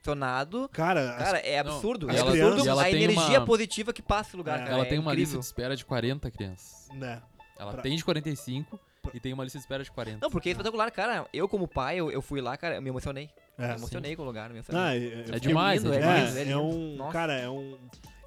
Speaker 5: recepcionado.
Speaker 1: Cara, as-
Speaker 5: Cara, é
Speaker 6: Não,
Speaker 5: absurdo.
Speaker 1: e
Speaker 5: é
Speaker 1: ela-
Speaker 5: absurdo
Speaker 1: e
Speaker 6: ela
Speaker 5: a
Speaker 6: tem
Speaker 5: energia
Speaker 6: uma-
Speaker 5: positiva que passa o lugar,
Speaker 1: É.
Speaker 5: cara.
Speaker 6: Ela
Speaker 5: é
Speaker 6: tem uma lista
Speaker 5: incrível.
Speaker 6: de espera de 40 crianças.
Speaker 1: né?
Speaker 6: Ela
Speaker 1: Pra-
Speaker 6: tem de 45 e tem uma lista de espera de 40.
Speaker 5: Não, porque é espetacular, cara. Eu, como pai, eu, eu fui lá, cara, eu me emocionei.
Speaker 1: É.
Speaker 5: me emocionei com o lugar, me emocionei.
Speaker 1: Não, é, é-
Speaker 6: É demais,
Speaker 5: lindo,
Speaker 6: é
Speaker 5: é
Speaker 6: demais.
Speaker 5: lindo,
Speaker 1: é, é
Speaker 5: lindo.
Speaker 1: um,
Speaker 5: Nossa.
Speaker 1: cara, é um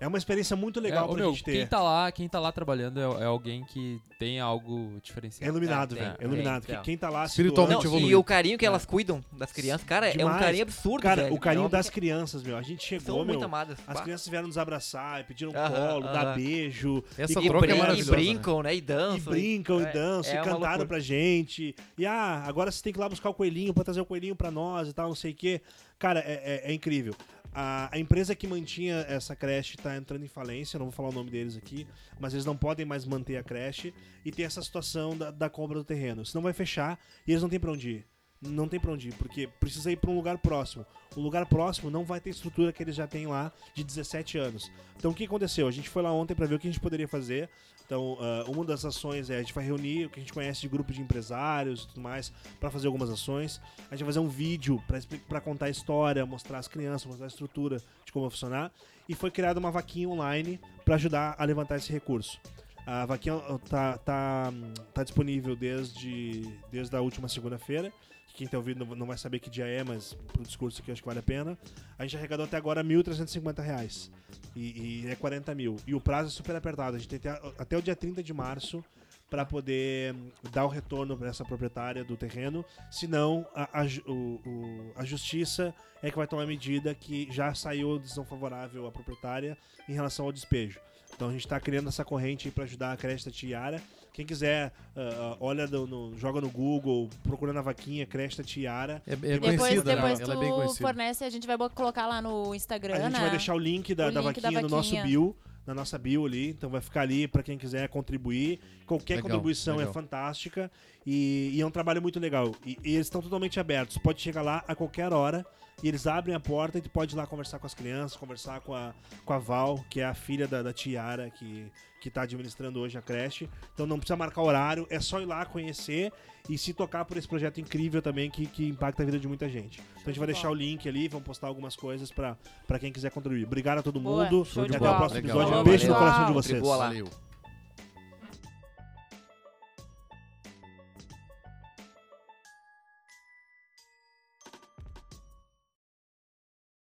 Speaker 1: é uma experiência muito legal
Speaker 6: ô,
Speaker 1: pra
Speaker 6: meu,
Speaker 1: gente
Speaker 6: Quem
Speaker 1: ter.
Speaker 6: tá lá, quem tá lá trabalhando é, é alguém que tem algo
Speaker 1: É
Speaker 6: diferenciado.
Speaker 1: iluminado,
Speaker 5: É,
Speaker 1: velho. É
Speaker 5: tem,
Speaker 1: iluminado.
Speaker 5: tem,
Speaker 1: Que-
Speaker 5: tem.
Speaker 1: Quem tá lá se
Speaker 2: Espiritualmente
Speaker 1: doa-
Speaker 5: Não, e
Speaker 2: evoluiu.
Speaker 5: o carinho que elas cuidam das crianças, cara, é
Speaker 1: É. Demais.
Speaker 5: um carinho absurdo,
Speaker 1: Cara,
Speaker 5: velho.
Speaker 1: o carinho
Speaker 5: É
Speaker 1: das crianças, meu. A gente
Speaker 5: uma- são
Speaker 1: chegou,
Speaker 5: muito
Speaker 1: meu.
Speaker 5: amadas.
Speaker 1: As
Speaker 5: Bah.
Speaker 1: crianças vieram nos abraçar, e pediram
Speaker 5: Aham,
Speaker 1: colo, dar
Speaker 5: aham.
Speaker 1: beijo,
Speaker 2: Essa
Speaker 1: E que
Speaker 2: troca
Speaker 5: E
Speaker 2: é
Speaker 1: brinca,
Speaker 2: maravilhosa. né?
Speaker 5: brincam, né? E
Speaker 1: e
Speaker 5: dançam.
Speaker 1: brincam, e
Speaker 5: é-
Speaker 1: dançam,
Speaker 5: é
Speaker 1: e
Speaker 5: uma
Speaker 1: cantaram
Speaker 5: loucura.
Speaker 1: pra gente. E ah, agora você tem que ir lá buscar o coelhinho pra trazer o coelhinho pra nós e tal, não sei o quê. Cara, é, é- é incrível. A, a empresa que mantinha essa creche tá entrando em falência, não vou falar o nome deles aqui, mas eles não podem mais manter a creche e tem essa situação da, da compra do terreno. Senão vai fechar e eles não têm pra onde ir. Não tem pra onde ir, porque precisa ir pra um lugar próximo. O lugar próximo não vai ter estrutura que eles já têm lá de 17 anos. Então o que aconteceu? A gente foi lá ontem pra ver o que a gente poderia fazer. Então, ah, uma das ações é a gente vai reunir o que a gente conhece de grupo de empresários e tudo mais para fazer algumas ações. A gente vai fazer um vídeo para contar a história, mostrar as crianças, mostrar a estrutura de como vai funcionar. E foi criada uma vaquinha online para ajudar a levantar esse recurso. A vaquinha ah, tá, tá, hum, tá disponível desde, desde a última segunda-feira. Quem tá ouvindo não- não vai saber que dia é, mas pro discurso aqui eu acho que vale a pena. A gente arrecadou até agora R$ 1.350. reais. E, e é 40 mil. E o prazo é super apertado. A gente tem até, até o dia 30 de março para poder hum, dar o retorno para essa proprietária do terreno, senão a, a, ju- o- o- a justiça é que vai tomar medida que já saiu a decisão favorável à proprietária em relação ao despejo. Então a gente está criando essa corrente para ajudar a creche Tatiara. Quem quiser, ah, ah, olha no, no- joga no Google, procura na vaquinha creche Tatiara.
Speaker 2: É, é
Speaker 1: Depois-
Speaker 2: conhecida, né?
Speaker 1: depois
Speaker 2: ela é bem
Speaker 7: tu
Speaker 2: conhecida.
Speaker 7: fornece, a gente vai bo- colocar lá no Instagram.
Speaker 1: A gente vai
Speaker 7: né?
Speaker 1: deixar o link da,
Speaker 7: O
Speaker 1: da
Speaker 7: link da
Speaker 1: vaquinha no nosso
Speaker 7: vaquinha.
Speaker 1: bio, na nossa bio ali. Então vai ficar ali para quem quiser contribuir. Qualquer
Speaker 2: Legal,
Speaker 1: contribuição é
Speaker 2: legal.
Speaker 1: fantástica e, e é um trabalho muito legal. E, e eles estão totalmente abertos. Pode chegar lá a qualquer hora e eles abrem a porta e tu pode ir lá conversar com as crianças, conversar com a, com a Val, que é a filha da, da Tiara, que, que tá administrando hoje a creche. Então não precisa marcar horário, é só ir lá conhecer e se tocar por esse projeto incrível também que, que impacta a vida de muita gente. Então a gente vai
Speaker 7: de
Speaker 1: deixar o link ali, vamos postar algumas coisas pra, pra quem quiser contribuir. Obrigado a todo
Speaker 7: Boa,
Speaker 1: mundo.
Speaker 7: show
Speaker 1: E
Speaker 7: de
Speaker 1: até o
Speaker 7: bola.
Speaker 1: próximo
Speaker 2: Legal.
Speaker 1: episódio. Um
Speaker 7: Falou,
Speaker 1: beijo no
Speaker 7: pessoal.
Speaker 1: coração de vocês.
Speaker 5: Contribua lá.
Speaker 2: Valeu.